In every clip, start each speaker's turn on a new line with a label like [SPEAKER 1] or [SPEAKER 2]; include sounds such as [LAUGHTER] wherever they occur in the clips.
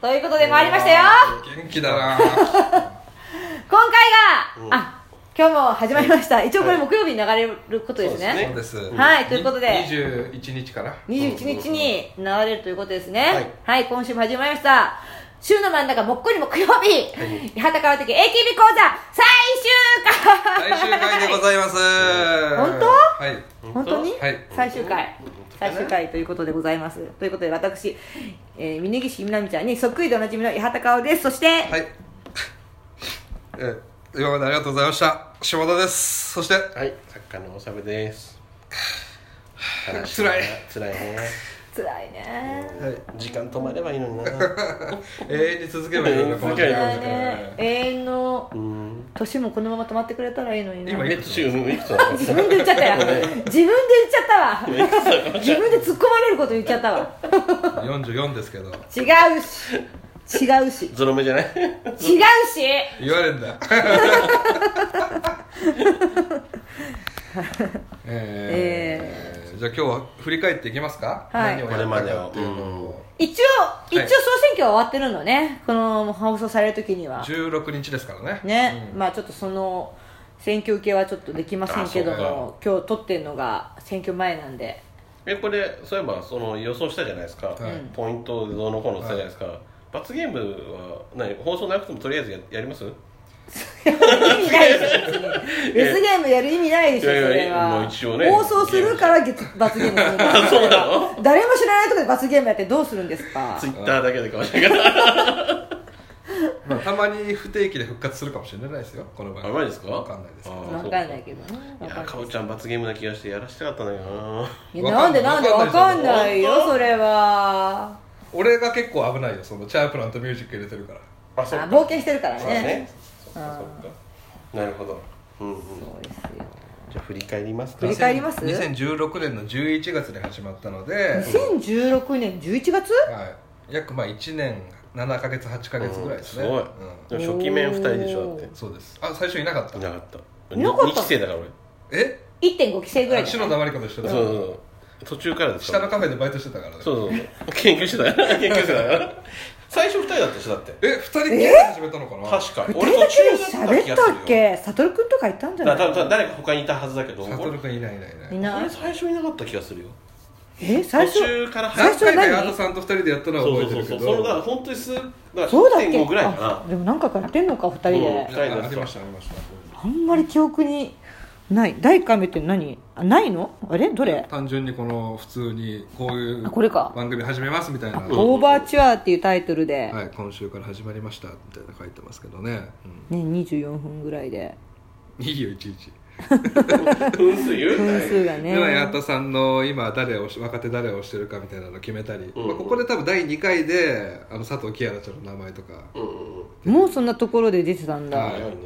[SPEAKER 1] ということで回りましたよ
[SPEAKER 2] 元気だな
[SPEAKER 1] 今
[SPEAKER 3] う
[SPEAKER 1] 回
[SPEAKER 3] ん
[SPEAKER 1] があ今日も始まりました一応これ木曜日に流れることです
[SPEAKER 3] そうです
[SPEAKER 1] ね
[SPEAKER 2] そうです
[SPEAKER 1] はいということで
[SPEAKER 2] 21日から
[SPEAKER 1] 21日に流れるということですね
[SPEAKER 3] はい
[SPEAKER 1] はい今週も始まりました週の真ん中もっこり木曜日
[SPEAKER 3] い
[SPEAKER 1] 畑川的 AKB 講座最終回
[SPEAKER 2] 最終回でございます
[SPEAKER 1] [LAUGHS] 本当
[SPEAKER 2] はい
[SPEAKER 1] 本当に、
[SPEAKER 2] はい
[SPEAKER 1] 最終回
[SPEAKER 3] 本当かな
[SPEAKER 1] 最終回ということでございますということで私、えー、峯岸みなみちゃんにそっくりでおなじみの八幡薫ですそして、
[SPEAKER 2] はいえ今までありがとうございました島田ですそして
[SPEAKER 3] はい、作家のおさぶです。
[SPEAKER 2] 辛い
[SPEAKER 3] 辛な辛いね。
[SPEAKER 1] 辛いね
[SPEAKER 3] 時間止まればいいのにな。
[SPEAKER 2] 永遠に続けばいいのかもしれ
[SPEAKER 3] う
[SPEAKER 2] な
[SPEAKER 1] 辛
[SPEAKER 2] い
[SPEAKER 1] い
[SPEAKER 3] ん
[SPEAKER 1] ね永遠の
[SPEAKER 3] うん。
[SPEAKER 1] 年もこのまま止まってくれたらいいのにな
[SPEAKER 2] 今
[SPEAKER 3] レッツシューいくつなの？
[SPEAKER 1] [LAUGHS] 自分で言っちゃったよ自分で言っちゃったわ自分で突っ込まれること言っちゃったわ
[SPEAKER 2] 44ですけど
[SPEAKER 1] 違うし違うし違
[SPEAKER 3] ゾロ目じゃない？ [LAUGHS]
[SPEAKER 1] うし
[SPEAKER 2] 言われ
[SPEAKER 1] [LAUGHS]
[SPEAKER 2] んだえーじゃあ今日は振り返っていきますか、
[SPEAKER 1] はい
[SPEAKER 2] 何をやったかっていうのを
[SPEAKER 1] 一応一応総選挙は終わってるのねこの放送される時には
[SPEAKER 2] 16日ですからね
[SPEAKER 1] ね、まあちょっとその選挙受けはちょっとできませんけども、今日取ってるのが選挙前なんで
[SPEAKER 3] えこれそういえばその予想したじゃないですか。
[SPEAKER 2] はい
[SPEAKER 3] ポイントでどうのこうのしたじゃないですか。罰ゲームは何放送なくてもとりあえずややります？
[SPEAKER 1] 意味ないでしょ別に別ゲームやる意味ないでしょそ
[SPEAKER 3] いやいや
[SPEAKER 1] れ
[SPEAKER 3] もう
[SPEAKER 1] は
[SPEAKER 3] 一応ね
[SPEAKER 1] 放送するから月罰ゲームするんですよ
[SPEAKER 3] [LAUGHS] そ
[SPEAKER 1] それ
[SPEAKER 3] うなの
[SPEAKER 1] は誰も知らないところで罰ゲームやってどうするんですか
[SPEAKER 3] ツイッターだけでかもしれないから。
[SPEAKER 2] まあたまに不定期で復活するかもしれないですよこの番
[SPEAKER 3] あマジですか？
[SPEAKER 2] わかんないですけど
[SPEAKER 3] あー
[SPEAKER 1] 分かんないけどね
[SPEAKER 3] い
[SPEAKER 1] わ
[SPEAKER 3] [LAUGHS] や
[SPEAKER 1] かん
[SPEAKER 3] か
[SPEAKER 1] ない
[SPEAKER 3] おちゃん罰ゲームな気がしてやらしたかったんだけどない
[SPEAKER 1] やなんでなんで
[SPEAKER 2] わ
[SPEAKER 1] 分
[SPEAKER 2] か
[SPEAKER 1] か
[SPEAKER 2] ん
[SPEAKER 1] ん
[SPEAKER 2] ない
[SPEAKER 1] ないよそれは
[SPEAKER 2] 俺が結構危ないよそのチャープランとミュージック入れてるから
[SPEAKER 3] あ
[SPEAKER 1] あ冒険してるから
[SPEAKER 3] そうだね
[SPEAKER 1] ね
[SPEAKER 3] そっかそっかなるほどうんうん
[SPEAKER 1] そうですよ
[SPEAKER 3] じゃあ振り返りますか
[SPEAKER 1] 振り返ります
[SPEAKER 2] 2016年の11月に始まったので、
[SPEAKER 1] 2016年11月
[SPEAKER 2] はい、約まあ1年7か月8か月ぐらいですね、
[SPEAKER 3] うんすごい、でも初期面2人でしょだっ
[SPEAKER 1] お
[SPEAKER 3] て
[SPEAKER 2] うんそうですあ最初いなかった
[SPEAKER 3] いなかった
[SPEAKER 1] いなかった
[SPEAKER 3] 2期生だから俺
[SPEAKER 2] え
[SPEAKER 1] 1.5期生ぐらい
[SPEAKER 2] あ
[SPEAKER 1] じゃな
[SPEAKER 2] 篠
[SPEAKER 1] い
[SPEAKER 2] 田麻里子と一緒だ
[SPEAKER 3] そうそうそう途中からです
[SPEAKER 2] 下
[SPEAKER 3] か
[SPEAKER 2] の
[SPEAKER 3] ら
[SPEAKER 2] カフェでバイトしてたからね
[SPEAKER 3] そうそうそう研究してたから研究してたから最初2人だったでしょだって
[SPEAKER 2] え二人きりで始めたのかな
[SPEAKER 3] 確か
[SPEAKER 1] 二人
[SPEAKER 3] 俺
[SPEAKER 1] だ
[SPEAKER 3] 途中だ
[SPEAKER 1] け
[SPEAKER 3] った
[SPEAKER 1] で
[SPEAKER 3] 気
[SPEAKER 1] 喋っ
[SPEAKER 3] がす
[SPEAKER 1] た
[SPEAKER 3] る
[SPEAKER 1] っ
[SPEAKER 3] よ
[SPEAKER 1] け悟くんとかいたんじゃ
[SPEAKER 3] だから
[SPEAKER 1] な
[SPEAKER 3] 多分
[SPEAKER 1] い
[SPEAKER 3] 誰か他にいたはずだけど
[SPEAKER 2] 悟
[SPEAKER 3] 俺
[SPEAKER 2] 君いないいないいない
[SPEAKER 1] いな
[SPEAKER 3] 俺
[SPEAKER 1] い
[SPEAKER 3] 最初いなかった気がするよ
[SPEAKER 1] え最
[SPEAKER 3] 途
[SPEAKER 1] 初
[SPEAKER 3] 中から入
[SPEAKER 1] 最
[SPEAKER 2] 何
[SPEAKER 3] っ
[SPEAKER 1] 初
[SPEAKER 2] 回か
[SPEAKER 1] 何
[SPEAKER 2] ヤートさんと二人でやったのは
[SPEAKER 3] そ
[SPEAKER 2] 覚
[SPEAKER 3] う
[SPEAKER 2] えて
[SPEAKER 3] そう
[SPEAKER 2] るけ
[SPEAKER 3] そう
[SPEAKER 2] ど
[SPEAKER 3] そうそのだから本当に数だから
[SPEAKER 1] そうだっけ
[SPEAKER 3] 1.5ぐらいか
[SPEAKER 1] あ
[SPEAKER 3] な
[SPEAKER 1] でもなんかやってんのか二人
[SPEAKER 3] うん
[SPEAKER 1] で
[SPEAKER 3] だから
[SPEAKER 2] あありましたありました
[SPEAKER 1] あんまり記憶にない第1回目って何あないのあれどれ
[SPEAKER 2] 単純にこの普通にこうい
[SPEAKER 1] あこれ
[SPEAKER 2] う
[SPEAKER 1] か
[SPEAKER 2] 番組始めますみたいな、
[SPEAKER 1] 「オーバーチュアー」っていうタイトルで、
[SPEAKER 2] はい、今週から始まりましたみたいな書いてますけどね、
[SPEAKER 1] ね、24分ぐらいで
[SPEAKER 2] うん、いいよいちいち
[SPEAKER 3] 分数言う
[SPEAKER 1] 分数が
[SPEAKER 2] では八
[SPEAKER 1] ね
[SPEAKER 2] 幡さんの今誰をし若手誰をしてるかみたいなの決めたり、
[SPEAKER 3] うん
[SPEAKER 2] まあ、ここで多分第2回であの佐藤キアラちゃんの名前とか
[SPEAKER 3] うんうんうん
[SPEAKER 1] もうそんなところで出てたんだ
[SPEAKER 2] は
[SPEAKER 3] 早いね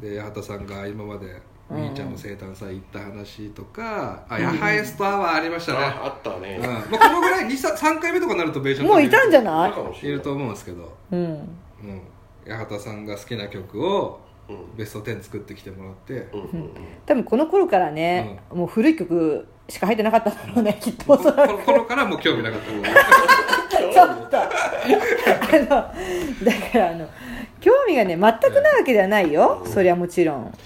[SPEAKER 2] で八幡さんが今までみーちゃんの生誕祭行った話とか、あヤハエストアワーありましたね、
[SPEAKER 3] ああった
[SPEAKER 2] うん
[SPEAKER 3] ね
[SPEAKER 2] まあ、このぐらい2 3回目とかになるとベージャン
[SPEAKER 1] もういたんじゃ
[SPEAKER 2] い
[SPEAKER 1] ない
[SPEAKER 3] かもし
[SPEAKER 2] い
[SPEAKER 3] れ
[SPEAKER 2] る
[SPEAKER 3] ない
[SPEAKER 2] と思うんですけど、
[SPEAKER 1] うん
[SPEAKER 2] うん、八幡さんが好きな曲を
[SPEAKER 3] うん
[SPEAKER 2] ベスト10作ってきてもらって、
[SPEAKER 3] うんうん
[SPEAKER 1] 多分この頃からね、もう古い曲しか入ってなかったんだろうねきっとおそらく
[SPEAKER 2] この頃からもう興味なかった
[SPEAKER 1] ちょっ
[SPEAKER 2] [LAUGHS]
[SPEAKER 1] とあのだからあの興味がね全くないわけではないよ、そりゃもちろん [LAUGHS]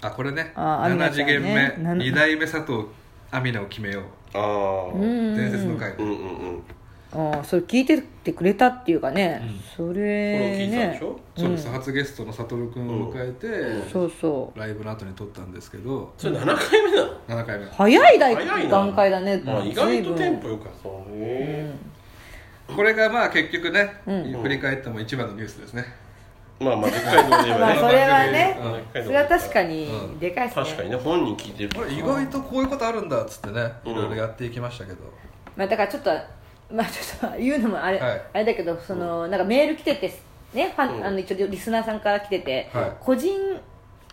[SPEAKER 2] あこれね
[SPEAKER 1] あアミ
[SPEAKER 2] 7
[SPEAKER 1] ナち
[SPEAKER 2] 次
[SPEAKER 1] ゃんね
[SPEAKER 2] 元
[SPEAKER 1] な
[SPEAKER 2] 目2代目佐藤アミナを決めよう
[SPEAKER 3] ああ
[SPEAKER 1] う
[SPEAKER 3] う
[SPEAKER 1] んん
[SPEAKER 2] 伝説の回
[SPEAKER 3] うんうん
[SPEAKER 1] ああそれ聞いててくれたっていうかね、そ
[SPEAKER 3] これを
[SPEAKER 1] れ
[SPEAKER 3] 聞いてたんで
[SPEAKER 1] ね
[SPEAKER 3] しょ
[SPEAKER 2] そうです初ゲストの悟君を迎えて
[SPEAKER 1] そうそう
[SPEAKER 2] ライブの後に撮ったんですけど
[SPEAKER 3] それ7回目なの
[SPEAKER 2] 7回目
[SPEAKER 1] 早い
[SPEAKER 3] 早いな
[SPEAKER 1] 段階だね
[SPEAKER 3] あ意外とテンポ
[SPEAKER 1] 随分
[SPEAKER 3] よくそうね
[SPEAKER 2] これがまあ結局ね
[SPEAKER 1] うん
[SPEAKER 2] 振り返っても一番のニュースですね
[SPEAKER 3] まあまあでっかいので言え
[SPEAKER 1] まあ
[SPEAKER 3] ば
[SPEAKER 1] それはね
[SPEAKER 2] うん
[SPEAKER 3] ね
[SPEAKER 1] それは確かに
[SPEAKER 2] うん
[SPEAKER 1] でかいっすね、
[SPEAKER 3] 確かにね本人聞いてる
[SPEAKER 2] これ意外とこういうことあるんだっつってね
[SPEAKER 3] うん
[SPEAKER 2] いろいろやっていきましたけど
[SPEAKER 1] まあ、だからちょっとまあちょっと言うのもあれ,、
[SPEAKER 2] はい
[SPEAKER 1] あれだけどその、なんかメール来ててねファン、
[SPEAKER 3] うん
[SPEAKER 1] あの一応リスナーさんから来てて、
[SPEAKER 2] はい
[SPEAKER 1] 個人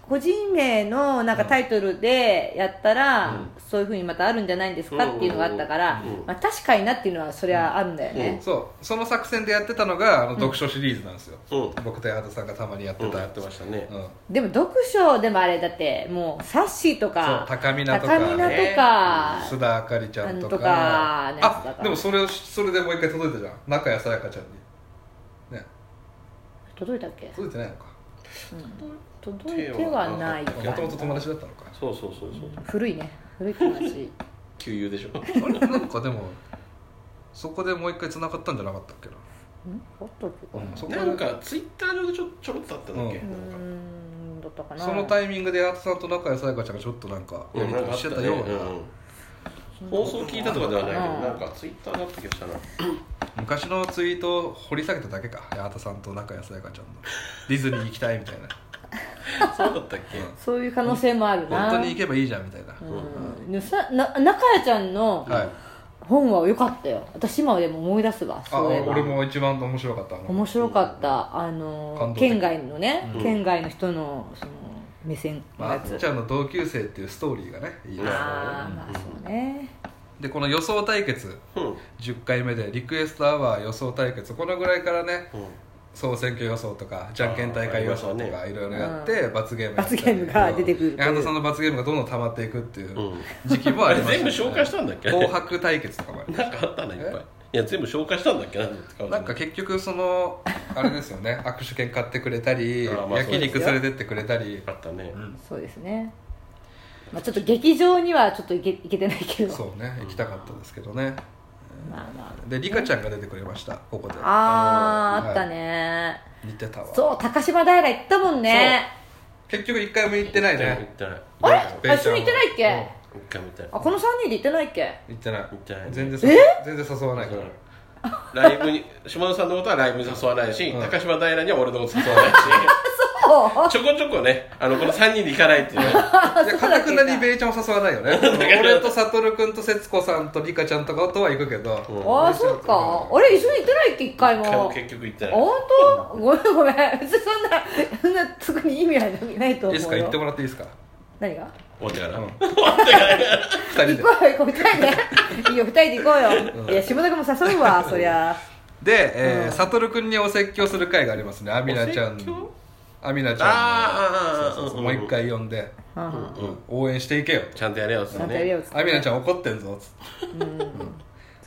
[SPEAKER 1] 個人名のなんかタイトルでやったら、そういうふうにまたあるんじゃないんですかっていうのがあったから、
[SPEAKER 3] うん
[SPEAKER 1] まあ、確かになっていうのはそれはあるんだよね、
[SPEAKER 2] そうその作戦でやってたのがあの読書シリーズなんですよ
[SPEAKER 3] うん
[SPEAKER 2] 僕と矢幡さんがたまにやって
[SPEAKER 3] うん
[SPEAKER 2] た
[SPEAKER 3] やってましたね
[SPEAKER 2] うん
[SPEAKER 1] でも読書でもあれだってもうサッシーとか
[SPEAKER 2] そう高見菜と
[SPEAKER 1] 高
[SPEAKER 2] か
[SPEAKER 1] 見菜とか
[SPEAKER 2] 須田あかりちゃん
[SPEAKER 1] なん
[SPEAKER 2] とか
[SPEAKER 1] とかのやつだから
[SPEAKER 2] あでもそれをそれでもう一回届いたじゃん中谷さやかちゃんに
[SPEAKER 1] 届いたっけ、
[SPEAKER 2] 届いてないのか
[SPEAKER 1] うん、届いてはないか
[SPEAKER 2] もともと友
[SPEAKER 1] な
[SPEAKER 2] 達だったのか
[SPEAKER 3] そうそうそうそう
[SPEAKER 1] 古いね古い友達 [LAUGHS]
[SPEAKER 3] 給油でしょ
[SPEAKER 2] あれなんかでも [LAUGHS] そこでもう一回繋がったんじゃなかったっけな
[SPEAKER 1] うんあったっけか
[SPEAKER 2] うんそこで
[SPEAKER 3] なんかツイッター上でちょちょろっとあったんだっけ、
[SPEAKER 2] う
[SPEAKER 1] う
[SPEAKER 3] なんか
[SPEAKER 1] ーんだったかな
[SPEAKER 2] そのタイミングで八幡さんと中谷さやかちゃんがちょっとなんかやり取りしてたような、
[SPEAKER 3] んなんかあったねうん放送聞いたとかではないけど、なんかツイッターだった気がしたな
[SPEAKER 2] 昔のツイートを掘り下げただけか八幡さんと中谷さやかちゃんのディズニー行きたいみたいな
[SPEAKER 3] そうだったっけ、
[SPEAKER 2] うん
[SPEAKER 1] そういう可能性もあるな
[SPEAKER 2] 本当に行けばいいじゃんみたいな、
[SPEAKER 1] うん、でもさな中谷ちゃんの
[SPEAKER 2] はい
[SPEAKER 1] 本は良かったよ私今でも思い出すわ
[SPEAKER 2] あ
[SPEAKER 1] そういえば
[SPEAKER 2] 俺も一番面白かったの
[SPEAKER 1] 面白かったあの
[SPEAKER 2] 感動的
[SPEAKER 1] 県外のね、
[SPEAKER 3] うん
[SPEAKER 1] 県外の人のその目線の
[SPEAKER 2] まあ、あ
[SPEAKER 1] や
[SPEAKER 2] っ
[SPEAKER 1] つ、
[SPEAKER 2] ちゃんの同級生っていうストーリーがねいいですね
[SPEAKER 1] あーまあそうね
[SPEAKER 2] でこの予想対決
[SPEAKER 3] うんうん
[SPEAKER 2] 10回目でリクエストアワー予想対決このぐらいからね総選挙予想とかじゃんけん大会予想
[SPEAKER 3] あ
[SPEAKER 2] と
[SPEAKER 3] ーあ
[SPEAKER 2] かいろいろやって、罰ゲームやったり
[SPEAKER 1] 罰ゲームが出てくる
[SPEAKER 2] 矢幡さんの罰ゲームがどんどん溜まっていくっていう
[SPEAKER 3] うん
[SPEAKER 2] 時期も
[SPEAKER 3] あ
[SPEAKER 2] あ
[SPEAKER 3] れ
[SPEAKER 2] りました
[SPEAKER 3] 全部紹介したんだっけ
[SPEAKER 2] 紅白対決とかもありまし
[SPEAKER 3] なんかあったな、いっぱい。いや、全部紹介したんだっけな、
[SPEAKER 2] たなんか結局そのあれですよね握手券買ってくれたり
[SPEAKER 3] あーまあ
[SPEAKER 2] 焼肉連れてってくれたり
[SPEAKER 3] あったね。
[SPEAKER 1] そうですね、まあ、ちょっと劇場にはちょっと行け行けてないけど
[SPEAKER 2] そうね行きたかったですけどね
[SPEAKER 1] まあま
[SPEAKER 2] でリカちゃんが出てくれましたここで
[SPEAKER 1] ああ
[SPEAKER 2] の
[SPEAKER 1] ーあったね、
[SPEAKER 2] はい似てたわ
[SPEAKER 1] そう高島平行ったもんね
[SPEAKER 2] 結局一回も行ってない
[SPEAKER 3] 行っ
[SPEAKER 2] ね
[SPEAKER 3] てない。
[SPEAKER 1] あれ
[SPEAKER 2] ベ
[SPEAKER 1] あ
[SPEAKER 2] ン
[SPEAKER 1] 一
[SPEAKER 2] ち
[SPEAKER 1] 緒
[SPEAKER 2] ゃんは
[SPEAKER 1] に行ってないっけ、
[SPEAKER 3] 一回も行ってない
[SPEAKER 1] あこの3人で行ってないっけ
[SPEAKER 2] 行ってない
[SPEAKER 3] 行ってない
[SPEAKER 2] 全然誘わ全然誘わないから
[SPEAKER 3] ライブに、島田さんのことはライブに誘わないし、
[SPEAKER 2] うん
[SPEAKER 3] 高島平には俺のこと誘わない
[SPEAKER 1] [LAUGHS]
[SPEAKER 3] し、
[SPEAKER 1] そう
[SPEAKER 3] ちょこちょこね、あの、この3人で行かな
[SPEAKER 1] [LAUGHS]
[SPEAKER 3] いっていうね。
[SPEAKER 2] で堅くなにベイちゃんを誘わないよ
[SPEAKER 3] [LAUGHS]
[SPEAKER 2] ね俺と悟君と節子さんとリカちゃんとかとは行くけど、
[SPEAKER 3] うん
[SPEAKER 1] ああそうかあれ一緒に行ってないっけ一回も
[SPEAKER 3] 一回も結局行ってない。
[SPEAKER 1] 本当ごめんごめん別にそんなそんな特に意味はないと
[SPEAKER 2] いい
[SPEAKER 1] 思
[SPEAKER 2] です
[SPEAKER 1] う
[SPEAKER 2] か行
[SPEAKER 1] よ
[SPEAKER 2] ってもらっていいですか
[SPEAKER 1] 何が
[SPEAKER 3] 終わって [LAUGHS] から。
[SPEAKER 2] うん
[SPEAKER 3] 終わってから。
[SPEAKER 2] 2人
[SPEAKER 1] 行こうよ行こう二人でいいよ二人で行こうよ、いや下田君も誘うわそりゃ
[SPEAKER 2] でで、えー、悟君にお説教する会がありますねアミナちゃん
[SPEAKER 3] お説教
[SPEAKER 2] アミナちゃん
[SPEAKER 3] あー
[SPEAKER 2] のそうそうそう
[SPEAKER 3] うん
[SPEAKER 2] もう一回呼んで、
[SPEAKER 1] うんうん
[SPEAKER 2] うん応援していけよ
[SPEAKER 3] ちゃんとやれよ、つっ
[SPEAKER 1] ちゃ
[SPEAKER 3] て
[SPEAKER 1] んとやるよ
[SPEAKER 3] ね。
[SPEAKER 1] つって
[SPEAKER 2] アミナちゃん怒ってんぞつって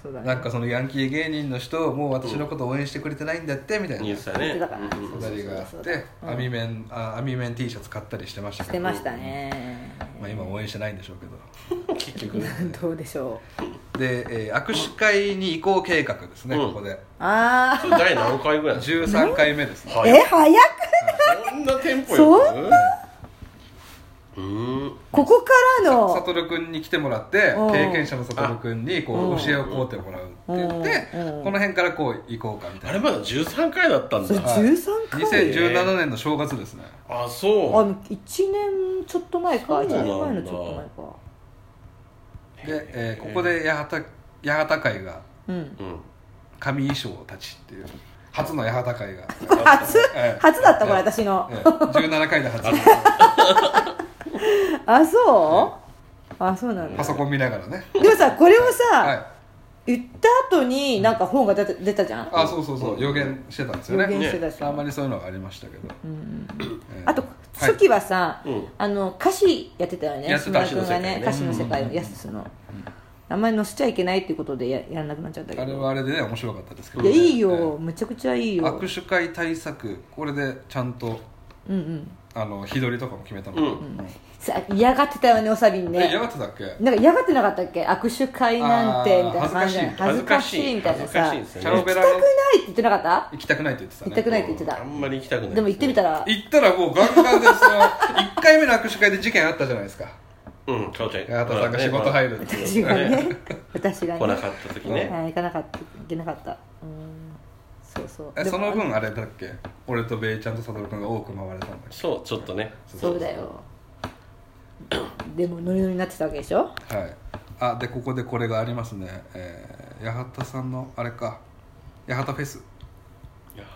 [SPEAKER 1] そうだね
[SPEAKER 2] なんかそのヤンキー芸人の人もう私のこと応援してくれてないんだってみたいな
[SPEAKER 3] ニュースだね。
[SPEAKER 1] 言ってたから
[SPEAKER 3] うんうん
[SPEAKER 2] くだりがあ
[SPEAKER 1] そ
[SPEAKER 2] っ
[SPEAKER 1] うだ
[SPEAKER 2] て網面あ網面 T シャツ買ったりしてました
[SPEAKER 1] し
[SPEAKER 2] け
[SPEAKER 1] て
[SPEAKER 2] ど
[SPEAKER 1] ましたね
[SPEAKER 2] まあ、今応援してないんでしょうけど
[SPEAKER 3] 結局。
[SPEAKER 1] どうでしょう
[SPEAKER 2] で、えー握手会に移行計画ですね、
[SPEAKER 3] うん
[SPEAKER 2] ここで
[SPEAKER 1] あ
[SPEAKER 3] それ第何回ぐらいな
[SPEAKER 2] 13回目ですね
[SPEAKER 1] あ
[SPEAKER 3] の
[SPEAKER 1] え早く
[SPEAKER 3] そんなテンポ
[SPEAKER 1] そ
[SPEAKER 3] よくうん。
[SPEAKER 1] ここから
[SPEAKER 2] さ
[SPEAKER 1] の
[SPEAKER 2] とるくんに来てもらって
[SPEAKER 1] うん
[SPEAKER 2] 経験者のさとるくんにこ
[SPEAKER 1] うん
[SPEAKER 2] う教えをこうてもらうって言って
[SPEAKER 1] うん
[SPEAKER 2] この辺からこう行こうかみた
[SPEAKER 3] あ
[SPEAKER 2] い
[SPEAKER 3] れ
[SPEAKER 2] な
[SPEAKER 3] まだ13回だったん
[SPEAKER 1] それ
[SPEAKER 3] だ。
[SPEAKER 2] はい
[SPEAKER 1] 13回
[SPEAKER 2] 2017年の正月ですね
[SPEAKER 3] あ、
[SPEAKER 1] あ
[SPEAKER 3] そう。
[SPEAKER 1] の1年ちょっと前か
[SPEAKER 3] そ
[SPEAKER 1] 1
[SPEAKER 3] うなんだ
[SPEAKER 1] 年前のちょっと前か
[SPEAKER 2] で、えーここで八幡八幡会が
[SPEAKER 1] うん
[SPEAKER 3] うん。
[SPEAKER 2] 神衣装たちっていう初の八幡会が、
[SPEAKER 1] 初
[SPEAKER 2] ええ
[SPEAKER 1] 初だったこれ私の
[SPEAKER 2] ええ17回で初
[SPEAKER 3] [LAUGHS]
[SPEAKER 1] あそうあそうなん
[SPEAKER 2] パ
[SPEAKER 1] だ
[SPEAKER 2] ソコン見ながらね
[SPEAKER 1] でもさこれを
[SPEAKER 2] はい
[SPEAKER 1] さ言った後になんか本が出た出たじゃん
[SPEAKER 2] あそうそうそう予言してたんですよね
[SPEAKER 1] 予言してたでしょ
[SPEAKER 2] あんまりそういうのがありましたけど、ええ
[SPEAKER 1] あと初期はさ
[SPEAKER 3] うん
[SPEAKER 1] あの歌詞やってたよね
[SPEAKER 2] やってた
[SPEAKER 1] 島田君がね歌
[SPEAKER 2] 歌
[SPEAKER 1] 詞
[SPEAKER 2] 詞
[SPEAKER 1] の
[SPEAKER 2] の
[SPEAKER 1] 世
[SPEAKER 2] 世
[SPEAKER 1] 界
[SPEAKER 2] 界
[SPEAKER 1] をやすすのあんまり載せちゃいけないっていうことでややらなくなっちゃったけ
[SPEAKER 2] あれ
[SPEAKER 1] ど
[SPEAKER 2] はあれでね面白かったですけど
[SPEAKER 1] いや
[SPEAKER 2] ね、
[SPEAKER 1] いいよむちゃくちゃいい
[SPEAKER 2] ええ
[SPEAKER 1] よ
[SPEAKER 2] 握手会対策これでちゃんと
[SPEAKER 1] うんうん
[SPEAKER 2] あの日取りとかも決めたもん、
[SPEAKER 3] うん
[SPEAKER 1] さ嫌がってたよねおさびに
[SPEAKER 2] えや
[SPEAKER 1] ね
[SPEAKER 2] がってたっけ
[SPEAKER 1] なんか嫌がってなかったっけ握手会なんて
[SPEAKER 2] あー
[SPEAKER 1] みたいな感じで恥
[SPEAKER 2] 恥
[SPEAKER 1] ず
[SPEAKER 2] ず
[SPEAKER 1] かしいみたいな
[SPEAKER 3] 恥ずか
[SPEAKER 1] さ
[SPEAKER 3] しいで
[SPEAKER 1] 行き
[SPEAKER 3] す
[SPEAKER 2] チャ
[SPEAKER 3] よ
[SPEAKER 2] ロ
[SPEAKER 3] ね
[SPEAKER 2] ベラ
[SPEAKER 1] たく
[SPEAKER 2] の
[SPEAKER 1] ないって言ってなかった
[SPEAKER 2] 行きたくないって言ってた
[SPEAKER 1] 行
[SPEAKER 2] ね
[SPEAKER 1] きたくないって言ってた
[SPEAKER 3] あんまり行きたくない
[SPEAKER 1] でも行ってみたら
[SPEAKER 2] 行ったらもうガンガンでその1回目の握手会で事件あったじゃないですか
[SPEAKER 3] うんかおちゃん
[SPEAKER 2] 八幡さんが仕事入るって
[SPEAKER 1] 私
[SPEAKER 2] いう
[SPEAKER 1] がね私がね
[SPEAKER 3] 来なかった時ね
[SPEAKER 1] はい行かなかった行けなかったうんそうそう
[SPEAKER 2] え
[SPEAKER 1] でも
[SPEAKER 2] その分あれだっけ俺とベイちゃんと悟君が多く回れたんだっ
[SPEAKER 3] そうちょっとね
[SPEAKER 1] そうだよでもノリノリになってたわけでしょ
[SPEAKER 2] けはいあでここでこれがありますね、えー、八幡さんのあれか八幡フェス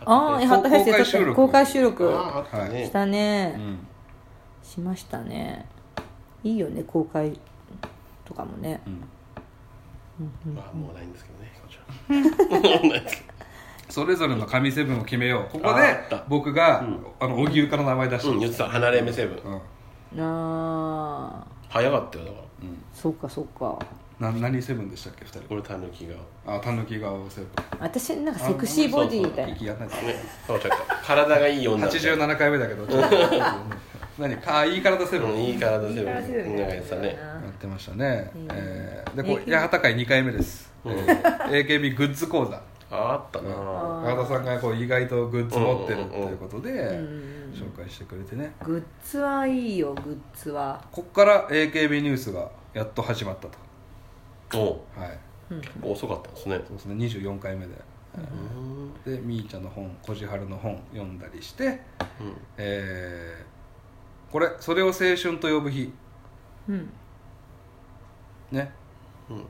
[SPEAKER 1] ああ
[SPEAKER 3] あ
[SPEAKER 1] 八幡フェスで撮って公
[SPEAKER 2] 公
[SPEAKER 1] 開
[SPEAKER 2] 開
[SPEAKER 1] 収
[SPEAKER 2] 収
[SPEAKER 1] 録
[SPEAKER 3] あった
[SPEAKER 1] し
[SPEAKER 3] ね
[SPEAKER 1] たね、
[SPEAKER 2] うん
[SPEAKER 1] しましたねいいよね公開とかもね
[SPEAKER 2] うん
[SPEAKER 3] まあもうないんですけどねかおちゃんもうないですけど
[SPEAKER 2] それぞれの神セブンを決めようここ
[SPEAKER 3] あ
[SPEAKER 2] で
[SPEAKER 3] あった
[SPEAKER 2] 僕が、
[SPEAKER 3] うん
[SPEAKER 2] あの荻生から名前出して
[SPEAKER 3] うん言ってた離れ目セブン
[SPEAKER 2] うん
[SPEAKER 1] ああ
[SPEAKER 3] 早かったよだから
[SPEAKER 1] そうかそうか
[SPEAKER 2] な何セブンでしたっけ2人
[SPEAKER 3] 俺たぬきがね
[SPEAKER 2] あタヌキ顔セブン
[SPEAKER 1] 私なんかセクシーボディみたいな
[SPEAKER 2] 息やんないです
[SPEAKER 3] そうちゃん体がいい女
[SPEAKER 2] 87回目だけどち
[SPEAKER 3] [LAUGHS]
[SPEAKER 2] ょっと何かあいい体セブ
[SPEAKER 3] うん
[SPEAKER 2] ン
[SPEAKER 3] いい体
[SPEAKER 1] い
[SPEAKER 3] セブン
[SPEAKER 1] い体セブン
[SPEAKER 3] なんかやってたね
[SPEAKER 2] やってましたね、
[SPEAKER 1] うん
[SPEAKER 2] えーでこ
[SPEAKER 1] AKB
[SPEAKER 2] う八幡会2回目です、
[SPEAKER 3] うん
[SPEAKER 2] AKB グッズ講座
[SPEAKER 3] あったな
[SPEAKER 1] あー
[SPEAKER 2] 八幡さんがこう意外とグッズ持ってるっていうことで
[SPEAKER 1] ん
[SPEAKER 2] 紹介してくれてね
[SPEAKER 1] グッズはいいよグッズは
[SPEAKER 2] こっから AKB ニュースがやっと始まったと
[SPEAKER 3] おう
[SPEAKER 2] はい
[SPEAKER 3] 結構遅かったんですね
[SPEAKER 2] そうですね24回目で
[SPEAKER 3] うん
[SPEAKER 2] でみーちゃんの本こじはるの本読んだりしてえーこれ「それを青春と呼ぶ日
[SPEAKER 1] うん」
[SPEAKER 2] ね
[SPEAKER 3] うん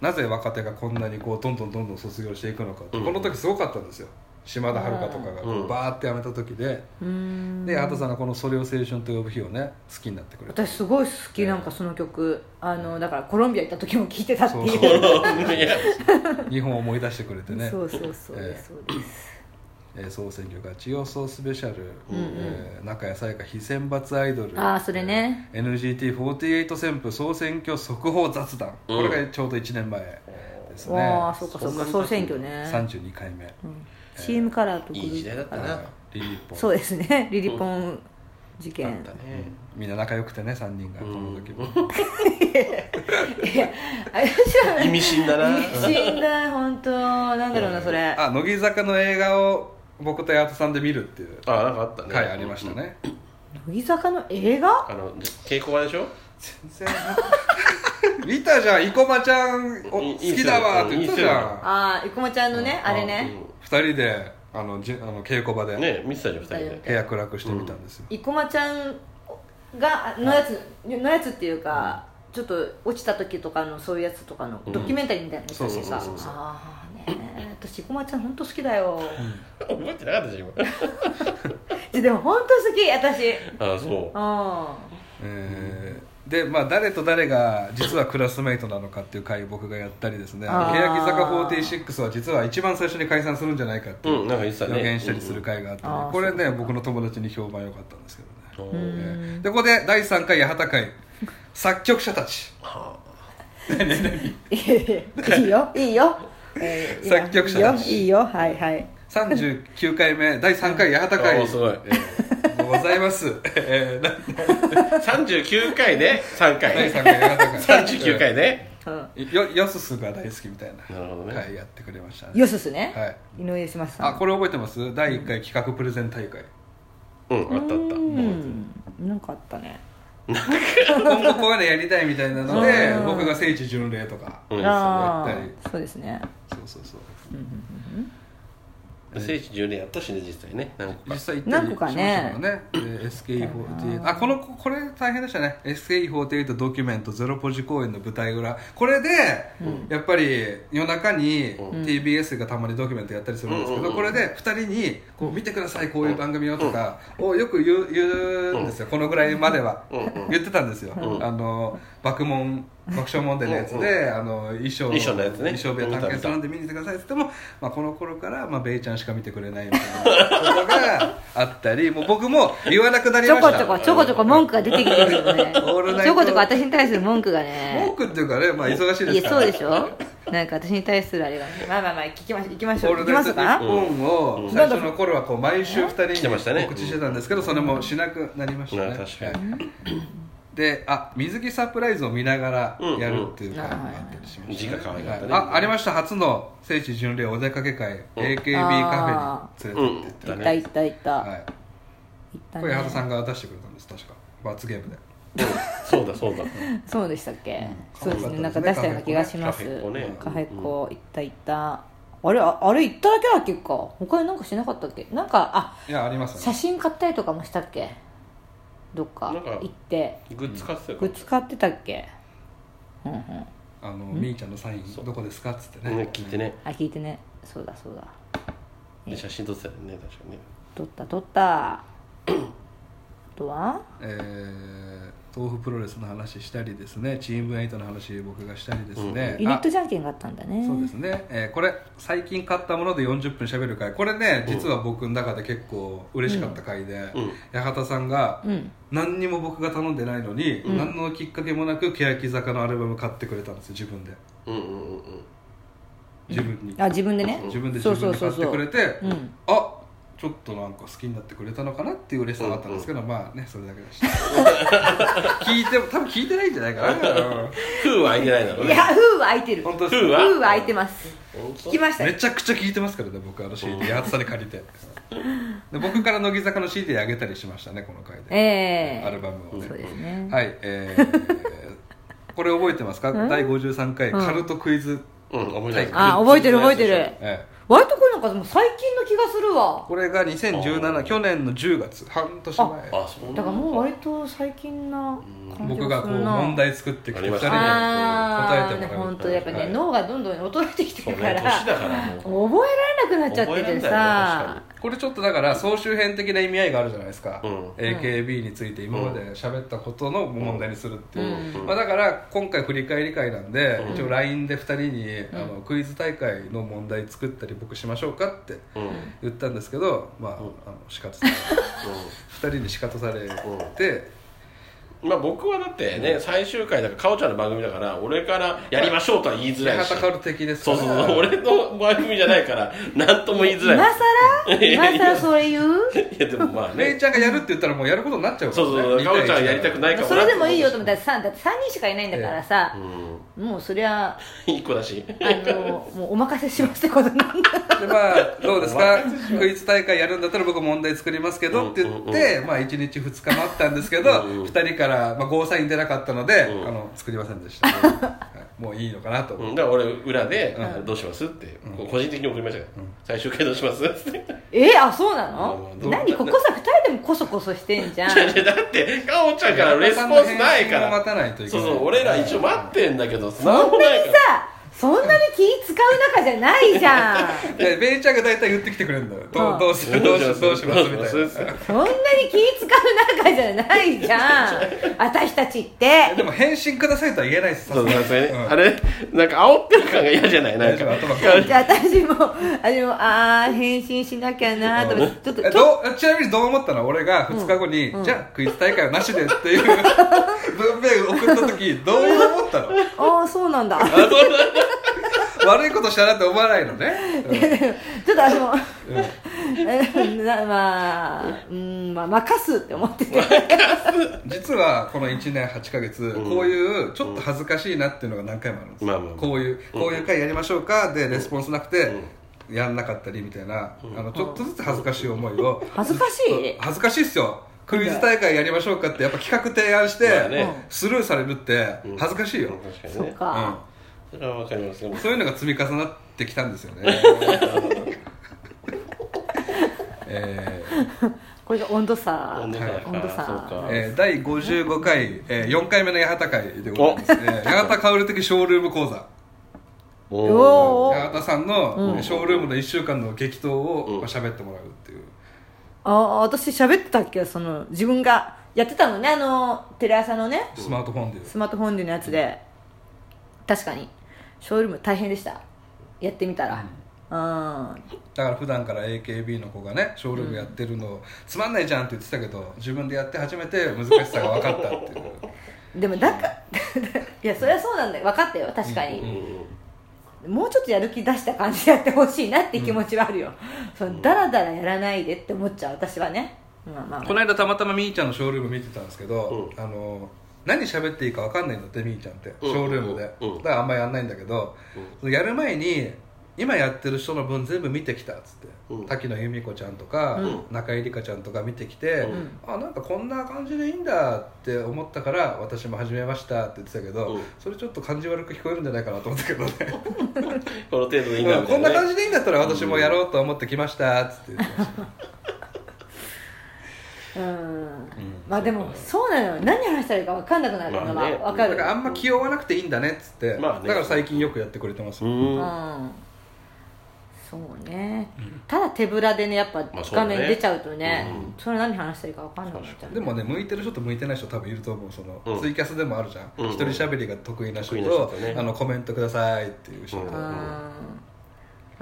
[SPEAKER 2] なぜ若手がこんなにこうどんどんどんどん卒業していくのかって、
[SPEAKER 3] うん
[SPEAKER 2] この時すごかったんですよ島田遥とかがこう
[SPEAKER 3] うん
[SPEAKER 2] バーってやめた時で、
[SPEAKER 1] うーん
[SPEAKER 2] で畑さんがこの「それを青春と呼ぶ日」をね好きになってくれた
[SPEAKER 1] 私すごい好きなんかその曲あのだからコロンビア行った時も聴いてたっていうそ
[SPEAKER 2] そ
[SPEAKER 1] う
[SPEAKER 2] そう
[SPEAKER 1] う
[SPEAKER 3] いや
[SPEAKER 2] 日本を思い出してくれてね
[SPEAKER 1] そうそうそう
[SPEAKER 2] ええ
[SPEAKER 1] そうです
[SPEAKER 2] 「えー総選挙が地予想スペシャル」
[SPEAKER 1] うんうん
[SPEAKER 2] えー中谷紗耶香非選抜アイドル」
[SPEAKER 1] あーそれね
[SPEAKER 2] えー NGT48 旋風総選挙速報雑談」
[SPEAKER 3] うん
[SPEAKER 2] これがちょうど1年前ですね
[SPEAKER 1] わあそうかそうか
[SPEAKER 3] そんなに経つ
[SPEAKER 1] 総選挙ね、
[SPEAKER 2] 32回目
[SPEAKER 1] うん、CM カラーとグループ
[SPEAKER 3] いい時代だったな
[SPEAKER 2] はいリリーポン
[SPEAKER 1] そうですね [LAUGHS] リリポン事
[SPEAKER 3] あ
[SPEAKER 1] 件
[SPEAKER 3] ったね
[SPEAKER 2] みんな仲良くてね3人がこの時も、
[SPEAKER 1] いやあれじゃ
[SPEAKER 3] 意味深だな
[SPEAKER 1] 死んだ本当なんだろうなそれ
[SPEAKER 2] あ乃木坂の映画を僕と八幡さんで見るっていう
[SPEAKER 3] あなんかあったね
[SPEAKER 2] 回ありましたね、
[SPEAKER 1] 乃木坂の映画
[SPEAKER 3] あの稽古場でしょ
[SPEAKER 2] 全然見たじゃん生駒ちゃんお
[SPEAKER 3] いい
[SPEAKER 2] 好きだわって言ったじゃ
[SPEAKER 3] いい
[SPEAKER 2] ん
[SPEAKER 1] ああ生駒ちゃんのねあれね
[SPEAKER 2] 2人であのじあの稽古場で、
[SPEAKER 3] ね見てたじゃん二人で
[SPEAKER 2] 部屋暗くしてみたんですよ、
[SPEAKER 1] 生駒ちゃんがのやつのやつっていうかちょっと落ちた時とかのそういうやつとかの
[SPEAKER 3] うん
[SPEAKER 1] ドキュメンタリーみたいなの
[SPEAKER 3] そうそう
[SPEAKER 1] さ
[SPEAKER 3] そうそう
[SPEAKER 1] ああね私生駒ちゃん本当好きだよ
[SPEAKER 3] 覚えてなかったじゃん今
[SPEAKER 1] [LAUGHS] でも本当好き私
[SPEAKER 3] あそう
[SPEAKER 1] う
[SPEAKER 2] えーでまあ、誰と誰が実はクラスメイトなのかっていう回を僕がやったりですね
[SPEAKER 1] あー
[SPEAKER 2] 欅坂46は実は一番最初に解散するんじゃないかっていう
[SPEAKER 3] うんなんか言ってたね
[SPEAKER 2] 予言したりする回があってね、
[SPEAKER 1] うんあー
[SPEAKER 2] これね
[SPEAKER 1] そうか
[SPEAKER 2] 僕の友達に評判良かったんですけどね、
[SPEAKER 1] ん
[SPEAKER 3] は
[SPEAKER 2] えーでここで第3回八幡会作曲者たち
[SPEAKER 3] あ
[SPEAKER 1] いやいやいいよいいよ、えーいや
[SPEAKER 2] 作曲者だし
[SPEAKER 1] いいよいいよはいはい
[SPEAKER 2] 39回目第3回八幡
[SPEAKER 3] お
[SPEAKER 2] 会
[SPEAKER 3] ーすごい
[SPEAKER 2] えーございます、 [LAUGHS] えーな
[SPEAKER 3] 39回で3
[SPEAKER 2] 第
[SPEAKER 3] 回
[SPEAKER 2] 3回八幡会
[SPEAKER 3] 39回で
[SPEAKER 1] うん
[SPEAKER 2] よよすすが大好きみたいな
[SPEAKER 3] なるほどね
[SPEAKER 2] はいやってくれましたね
[SPEAKER 1] よすすね、
[SPEAKER 2] はい
[SPEAKER 1] 井上島さん
[SPEAKER 2] あこれ覚えてます第1回企画プレゼン大会
[SPEAKER 3] うんあったあった
[SPEAKER 1] うんなんかあったね
[SPEAKER 2] 今後こういうのやりたいみたいなので
[SPEAKER 1] うん
[SPEAKER 2] 僕が聖地巡礼とか
[SPEAKER 3] うん
[SPEAKER 1] あ
[SPEAKER 2] やっ
[SPEAKER 1] あ
[SPEAKER 2] た
[SPEAKER 1] そうですね
[SPEAKER 2] そうそうそう
[SPEAKER 3] 聖地巡礼やったしね実際ねなんか
[SPEAKER 2] 実際行ったり
[SPEAKER 1] 何
[SPEAKER 2] し
[SPEAKER 1] 個
[SPEAKER 2] ま
[SPEAKER 1] か
[SPEAKER 2] した
[SPEAKER 1] ね
[SPEAKER 2] もんねで SKE48 あこのこれ大変でしたね SKE48 ドキュメントゼロポジ公演の舞台裏これで、やっぱり夜中に
[SPEAKER 3] う
[SPEAKER 2] TBS がたまにドキュメントやったりするんですけど、
[SPEAKER 3] うんうんうん
[SPEAKER 2] これで2人にこう「見てくださいこういう番組よ」とかをよく言う言うんですよこのぐらいまでは、
[SPEAKER 3] うんうん
[SPEAKER 2] 言ってたんですよ、
[SPEAKER 3] うん
[SPEAKER 2] あの爆問爆笑問題のやつで、あの衣装
[SPEAKER 3] 衣装のやつね
[SPEAKER 2] 衣装部屋探検するんで見に行ってくださいって言っても、まあ、この頃から、まあ、ベイちゃんしか見てくれないみたいなことがあったりもう僕も言わなくなり
[SPEAKER 1] ちょ
[SPEAKER 2] ま
[SPEAKER 1] こ
[SPEAKER 2] した
[SPEAKER 1] ちょこちょこちょこ文句が出てきてるよ
[SPEAKER 2] [LAUGHS]
[SPEAKER 1] ね
[SPEAKER 2] オールナイト
[SPEAKER 1] ちょこちょこ私に対する文句がね
[SPEAKER 2] 文句っていうかね、まあ、忙しい
[SPEAKER 1] い
[SPEAKER 2] です
[SPEAKER 1] や
[SPEAKER 2] か
[SPEAKER 1] そう
[SPEAKER 2] ら
[SPEAKER 1] でしょなんか私に対するあれがねまあまあまあ聞きましょう行きましょ
[SPEAKER 2] オ
[SPEAKER 1] う
[SPEAKER 2] ー
[SPEAKER 1] 行
[SPEAKER 2] ル
[SPEAKER 1] き
[SPEAKER 2] ナ
[SPEAKER 1] ま
[SPEAKER 2] イト
[SPEAKER 1] す
[SPEAKER 2] 日
[SPEAKER 1] か
[SPEAKER 2] 本を最初の頃はこう毎週2
[SPEAKER 3] 来てました
[SPEAKER 2] 人に
[SPEAKER 3] ね
[SPEAKER 2] 告知してたんですけどそれもしなくなりましたね、
[SPEAKER 3] うん確か
[SPEAKER 2] であ水着サプライズを見ながらやるっていう感じがあったりしました、
[SPEAKER 3] 字が可愛かったね
[SPEAKER 2] あありました初の聖地巡礼お出かけ会、AKB カフェに連れてってって、
[SPEAKER 3] うん
[SPEAKER 1] 行った行った行った、
[SPEAKER 2] はい、
[SPEAKER 1] 行った
[SPEAKER 2] これ矢幡さ
[SPEAKER 1] ね
[SPEAKER 2] んが出してくれたんです確か罰ゲームで
[SPEAKER 3] そうだそうだ
[SPEAKER 1] そうでしたっけ、そうですね
[SPEAKER 2] 可
[SPEAKER 1] な
[SPEAKER 2] 愛
[SPEAKER 1] んか
[SPEAKER 2] かった
[SPEAKER 1] 出
[SPEAKER 2] で
[SPEAKER 1] し
[SPEAKER 2] すね
[SPEAKER 1] たような気がしま
[SPEAKER 3] カ
[SPEAKER 1] す
[SPEAKER 3] フェっ子ね
[SPEAKER 1] カフェっ子行った行ったあれああれ行っただけだっけか他になんかしなかったっけなんかあ
[SPEAKER 2] いやあります
[SPEAKER 1] 写
[SPEAKER 2] ね
[SPEAKER 1] 真買ったりとかもしたっけどっか
[SPEAKER 3] なんか
[SPEAKER 1] 行って
[SPEAKER 3] グッズ買ってたよ
[SPEAKER 1] グッズ買ってたっけうんうんあ
[SPEAKER 2] あのみーちゃんのサインどこですかっつってね
[SPEAKER 3] ね聞いてね
[SPEAKER 1] 聞いてねそうだそうだ
[SPEAKER 3] で写真撮ってたよね確かにね
[SPEAKER 2] [COUGHS]
[SPEAKER 1] 撮った撮ったとは
[SPEAKER 2] えー豆腐プロレスの話したりですねチームエイトの話僕がしたりですね、
[SPEAKER 1] ユニット
[SPEAKER 2] あ
[SPEAKER 1] じゃんけんがあったんだね
[SPEAKER 2] そうですね、えーこれ最近買ったもので40分しゃべる回これね実は僕の中で結構嬉しかった回で、
[SPEAKER 3] うん
[SPEAKER 2] 八幡さんが
[SPEAKER 1] うん
[SPEAKER 2] 何にも僕が頼んでないのに、何のきっかけもなく欅坂のアルバム買ってくれたんですよ自分で
[SPEAKER 3] うんうんうんうん
[SPEAKER 2] 自分に、
[SPEAKER 1] あ自分でね
[SPEAKER 2] 自分で
[SPEAKER 1] そ
[SPEAKER 2] 自
[SPEAKER 1] うそ
[SPEAKER 2] 分
[SPEAKER 1] う
[SPEAKER 2] で
[SPEAKER 1] そ
[SPEAKER 2] 買
[SPEAKER 1] う
[SPEAKER 2] って
[SPEAKER 1] そう
[SPEAKER 2] くれて
[SPEAKER 1] うん
[SPEAKER 2] あちょっとなんか好きになってくれたのかなっていう嬉しさがあったんですけど、まあねそれだけでした聞いても多分聞いてないんじゃないかな、うん
[SPEAKER 3] 封は開いてないだろう
[SPEAKER 1] い
[SPEAKER 3] ね
[SPEAKER 1] や封は開いてる
[SPEAKER 2] 本当です
[SPEAKER 3] 封
[SPEAKER 1] 封
[SPEAKER 3] は
[SPEAKER 1] は開いてます
[SPEAKER 3] 本
[SPEAKER 1] 聞
[SPEAKER 3] 当
[SPEAKER 1] きました
[SPEAKER 2] めちゃくちゃ聞いてますからね僕あの CD 八つさんに借りてで僕から乃木坂の CD あげたりしましたねこの回で、
[SPEAKER 1] ええ
[SPEAKER 2] アルバムをね
[SPEAKER 1] そうですね
[SPEAKER 2] はいえー [LAUGHS] これ覚えてますか第53回カルトクイズ、
[SPEAKER 3] うん覚えてない
[SPEAKER 1] あ覚えてる覚えてる
[SPEAKER 2] ええ
[SPEAKER 1] 割とこれなんかもう最近の気がするわ
[SPEAKER 2] これが
[SPEAKER 3] あ
[SPEAKER 2] 2017
[SPEAKER 3] ー
[SPEAKER 2] 去年の10月半年前
[SPEAKER 3] あそうなん
[SPEAKER 1] だからもう割と最近な感じ
[SPEAKER 2] 僕
[SPEAKER 1] が
[SPEAKER 2] が
[SPEAKER 1] す
[SPEAKER 2] こう
[SPEAKER 1] るな
[SPEAKER 2] 問題作ってきて2人で
[SPEAKER 1] あ
[SPEAKER 2] 答え
[SPEAKER 1] ー
[SPEAKER 2] てもらう
[SPEAKER 1] 本当やっぱね、
[SPEAKER 2] はい
[SPEAKER 1] 脳がどんどん衰えてきて
[SPEAKER 3] そう
[SPEAKER 1] る
[SPEAKER 3] ね
[SPEAKER 1] から
[SPEAKER 3] 年だからもう
[SPEAKER 1] 覚えられなくなっちゃっててさ
[SPEAKER 2] これちょっとだから総集編的な意味合いがあるじゃないですか、
[SPEAKER 3] うん
[SPEAKER 2] AKB について今まで喋ったことの問題にするっていう、
[SPEAKER 3] うん
[SPEAKER 2] まあ、だから今回振り返り会なんで、
[SPEAKER 3] うん
[SPEAKER 2] 一応 LINE で2人に、あのクイズ大会の問題作ったり僕しましょうかって
[SPEAKER 3] うんうん
[SPEAKER 2] 言ったんですけどまあ,、
[SPEAKER 3] うん
[SPEAKER 2] あの仕方され2人に仕方されて、
[SPEAKER 3] まあ僕はだってね最終回だからかおちゃんの番組だから俺からやりましょうとは言いづらいし
[SPEAKER 2] 八幡薫的ですか
[SPEAKER 3] そう
[SPEAKER 2] ら
[SPEAKER 3] そうそう [LAUGHS] 俺の番組じゃないから何とも言いづ
[SPEAKER 1] 今
[SPEAKER 3] らい
[SPEAKER 1] さら今さらそれ言う
[SPEAKER 3] いやでもまあ
[SPEAKER 2] レイ
[SPEAKER 3] ね
[SPEAKER 2] ちゃんがやるって言ったらもうやることになっちゃうか
[SPEAKER 3] そ
[SPEAKER 2] ら
[SPEAKER 3] うそうそう
[SPEAKER 2] 2
[SPEAKER 3] かお
[SPEAKER 2] 対1
[SPEAKER 3] ちゃんやりたくないかも
[SPEAKER 1] それでもいいよと思ったたらさだって3人しかいないんだからさ、
[SPEAKER 3] うん
[SPEAKER 1] もうそりゃあ
[SPEAKER 3] [LAUGHS] 一個だし
[SPEAKER 1] のもうお任せしますってことなんだ
[SPEAKER 2] でまあどうですかクイズ大会やるんだったら僕問題作りますけどって言って、
[SPEAKER 3] うんうん
[SPEAKER 2] まあ、1日2日待ったんですけど、
[SPEAKER 3] う
[SPEAKER 2] 二
[SPEAKER 3] んうん
[SPEAKER 2] 2人から、まあ、ゴーサイン出なかったので、
[SPEAKER 3] うん
[SPEAKER 2] あの作りませんで
[SPEAKER 3] [LAUGHS]
[SPEAKER 2] した、はいもういいのかなと思
[SPEAKER 3] う
[SPEAKER 2] っ
[SPEAKER 3] ん
[SPEAKER 2] て、
[SPEAKER 3] だから俺裏で
[SPEAKER 1] うん
[SPEAKER 3] 「どうします?」って
[SPEAKER 2] うん
[SPEAKER 3] こう個人的に送りましたから
[SPEAKER 2] うん
[SPEAKER 3] 「最終回どうします?」って [LAUGHS]
[SPEAKER 1] えあそうなの、
[SPEAKER 3] うん
[SPEAKER 1] 何ここさ2人でもこそこそしてんじゃん
[SPEAKER 3] いやだってかおちゃんからレスポンスないか
[SPEAKER 2] 八幡さんの返信を待
[SPEAKER 3] ら
[SPEAKER 2] たないといけ
[SPEAKER 3] そ
[SPEAKER 2] な
[SPEAKER 3] う
[SPEAKER 2] い
[SPEAKER 3] そう俺ら一応待ってんだけどそ
[SPEAKER 1] そんなにさそんなに気使う仲じゃないじゃん
[SPEAKER 2] でベイちゃんが大体言ってきてくれるんだよ、ど
[SPEAKER 1] うん
[SPEAKER 2] うどうするどうしますどうしますみたいな
[SPEAKER 1] そんなに気使う仲じゃないじゃん私たちって
[SPEAKER 2] でも返信くださいとは言えないですさ
[SPEAKER 3] そうそうそれね
[SPEAKER 2] うん
[SPEAKER 3] あれなんか煽ってる感が嫌じゃないなんか
[SPEAKER 2] 大丈夫頭
[SPEAKER 1] じゃあ私も、私も、あー、返信しなきゃなーと思って、ちょっと、ちょ
[SPEAKER 2] え
[SPEAKER 1] っと、
[SPEAKER 2] どうちなみにどう思ったの俺が2日後に、じゃあクイズ大会はなしでっていう [LAUGHS] 文明を送った時どう思
[SPEAKER 1] [LAUGHS]
[SPEAKER 2] ったの
[SPEAKER 1] あー、そうなんだ。ちょっ
[SPEAKER 2] 悪いことしたなって思わないのね、うん
[SPEAKER 1] と私も、なまあ、うん、まあ、任すって思ってて。
[SPEAKER 2] 実はこの1年8ヶ月、
[SPEAKER 3] ん
[SPEAKER 2] こういうちょっと恥ずかしいなっていうのが何回もあるんですよ、
[SPEAKER 3] まあまあまあ
[SPEAKER 2] こういうこういう回やりましょうかでレスポンスなくて、やんなかったりみたいな、あのちょっとずつ恥ずかしい思いを
[SPEAKER 1] 恥ずかしい
[SPEAKER 2] 恥ずかしいっすよクイズ大会やりましょうかってやっぱ企画提案して、
[SPEAKER 3] まあね
[SPEAKER 2] スルーされるって恥ずかしいよ、
[SPEAKER 3] 確かに
[SPEAKER 1] そう
[SPEAKER 3] ね
[SPEAKER 1] か。
[SPEAKER 3] それはわかりますで
[SPEAKER 2] う
[SPEAKER 3] も
[SPEAKER 2] んそういうのが積み重なってきたんですよね [LAUGHS] えー
[SPEAKER 1] これが温度差。
[SPEAKER 3] 温度差か
[SPEAKER 1] 温度
[SPEAKER 3] そうか
[SPEAKER 1] 差。
[SPEAKER 2] えー第55回、えー、4回目の八幡会でございます、えー、八幡薫的ショールーム講座
[SPEAKER 3] おー
[SPEAKER 1] お
[SPEAKER 2] 八
[SPEAKER 1] ー
[SPEAKER 2] 幡さんの、
[SPEAKER 1] うん
[SPEAKER 2] ショールームの1週間の激闘
[SPEAKER 3] う
[SPEAKER 2] を
[SPEAKER 3] ん
[SPEAKER 2] まあ喋ってもらうっていう、
[SPEAKER 1] あー、私喋ってたっけその、自分がやってたのね、あの、テレ朝のね、
[SPEAKER 2] スマートフォンで
[SPEAKER 1] スマートフォンでのやつで。確かに、ショールーム大変でした。やってみたら。うん。
[SPEAKER 2] だから普段から AKB の子がねショールームやってるの、つまんないじゃんって言ってたけど自分でやって初めて難しさが分かったっていう
[SPEAKER 1] でもだか [LAUGHS] いやそりゃそうなんだよ分かったよ確かに、
[SPEAKER 3] うん
[SPEAKER 1] もうちょっとやる気出した感じでやってほしいなって気持ちはあるよ、そのダラダラやらないでって思っちゃう私はねまあまあ
[SPEAKER 2] この間たまたまみーちゃんのショールーム見てたんですけど、
[SPEAKER 3] う
[SPEAKER 2] あの何喋っていいか分かんないんだってみーちゃんって、
[SPEAKER 3] うん
[SPEAKER 2] ショールームで、
[SPEAKER 3] うん
[SPEAKER 2] だからあんまやんないんだけど、やる前に今やってる人の分全部見てきたっつって、
[SPEAKER 3] うん
[SPEAKER 2] 滝野由美子ちゃんとか、
[SPEAKER 1] うん
[SPEAKER 2] 中井里香ちゃんとか見てきて、
[SPEAKER 3] うん
[SPEAKER 2] あなんかこんな感じでいいんだって思ったから私も始めましたって言ってたけど、
[SPEAKER 3] うん
[SPEAKER 2] それちょっと感じ悪く聞こえるんじゃないかなと思ったけどね
[SPEAKER 3] この程度 [LAUGHS] でいいんだ
[SPEAKER 2] うん
[SPEAKER 3] み
[SPEAKER 2] [LAUGHS] こ
[SPEAKER 3] たい
[SPEAKER 2] んな
[SPEAKER 3] な
[SPEAKER 2] 感
[SPEAKER 3] ね
[SPEAKER 2] じでいいんだったら私もやろうと思ってきましたっつって言ってました
[SPEAKER 1] うん、まあでもそうなのよ何話したらいいか分かんなくなるの
[SPEAKER 3] まあ
[SPEAKER 1] は
[SPEAKER 3] ね
[SPEAKER 1] 分か
[SPEAKER 2] だ
[SPEAKER 1] る、
[SPEAKER 2] からあんま気負わなくていいんだねっつって、
[SPEAKER 3] まあね
[SPEAKER 2] だから最近よくやってくれてます
[SPEAKER 3] う
[SPEAKER 2] よ、
[SPEAKER 3] ん
[SPEAKER 1] うんそうね、ただ手ぶらでねやっぱ
[SPEAKER 3] まあそう
[SPEAKER 1] 画
[SPEAKER 3] だね
[SPEAKER 1] 面出ちゃうとね,、
[SPEAKER 3] うん
[SPEAKER 1] それ何話してるか分かんなくなっちゃう
[SPEAKER 2] でもね向いてる人と向いてない人多分いると思うその、
[SPEAKER 3] うん
[SPEAKER 2] ツイキャスでもあるじゃん、
[SPEAKER 3] うんうん
[SPEAKER 2] 一人喋りが得意な人
[SPEAKER 3] 得意な人
[SPEAKER 2] と
[SPEAKER 3] とね
[SPEAKER 2] あのコメントくださいっていう人と、
[SPEAKER 3] うん
[SPEAKER 1] うんま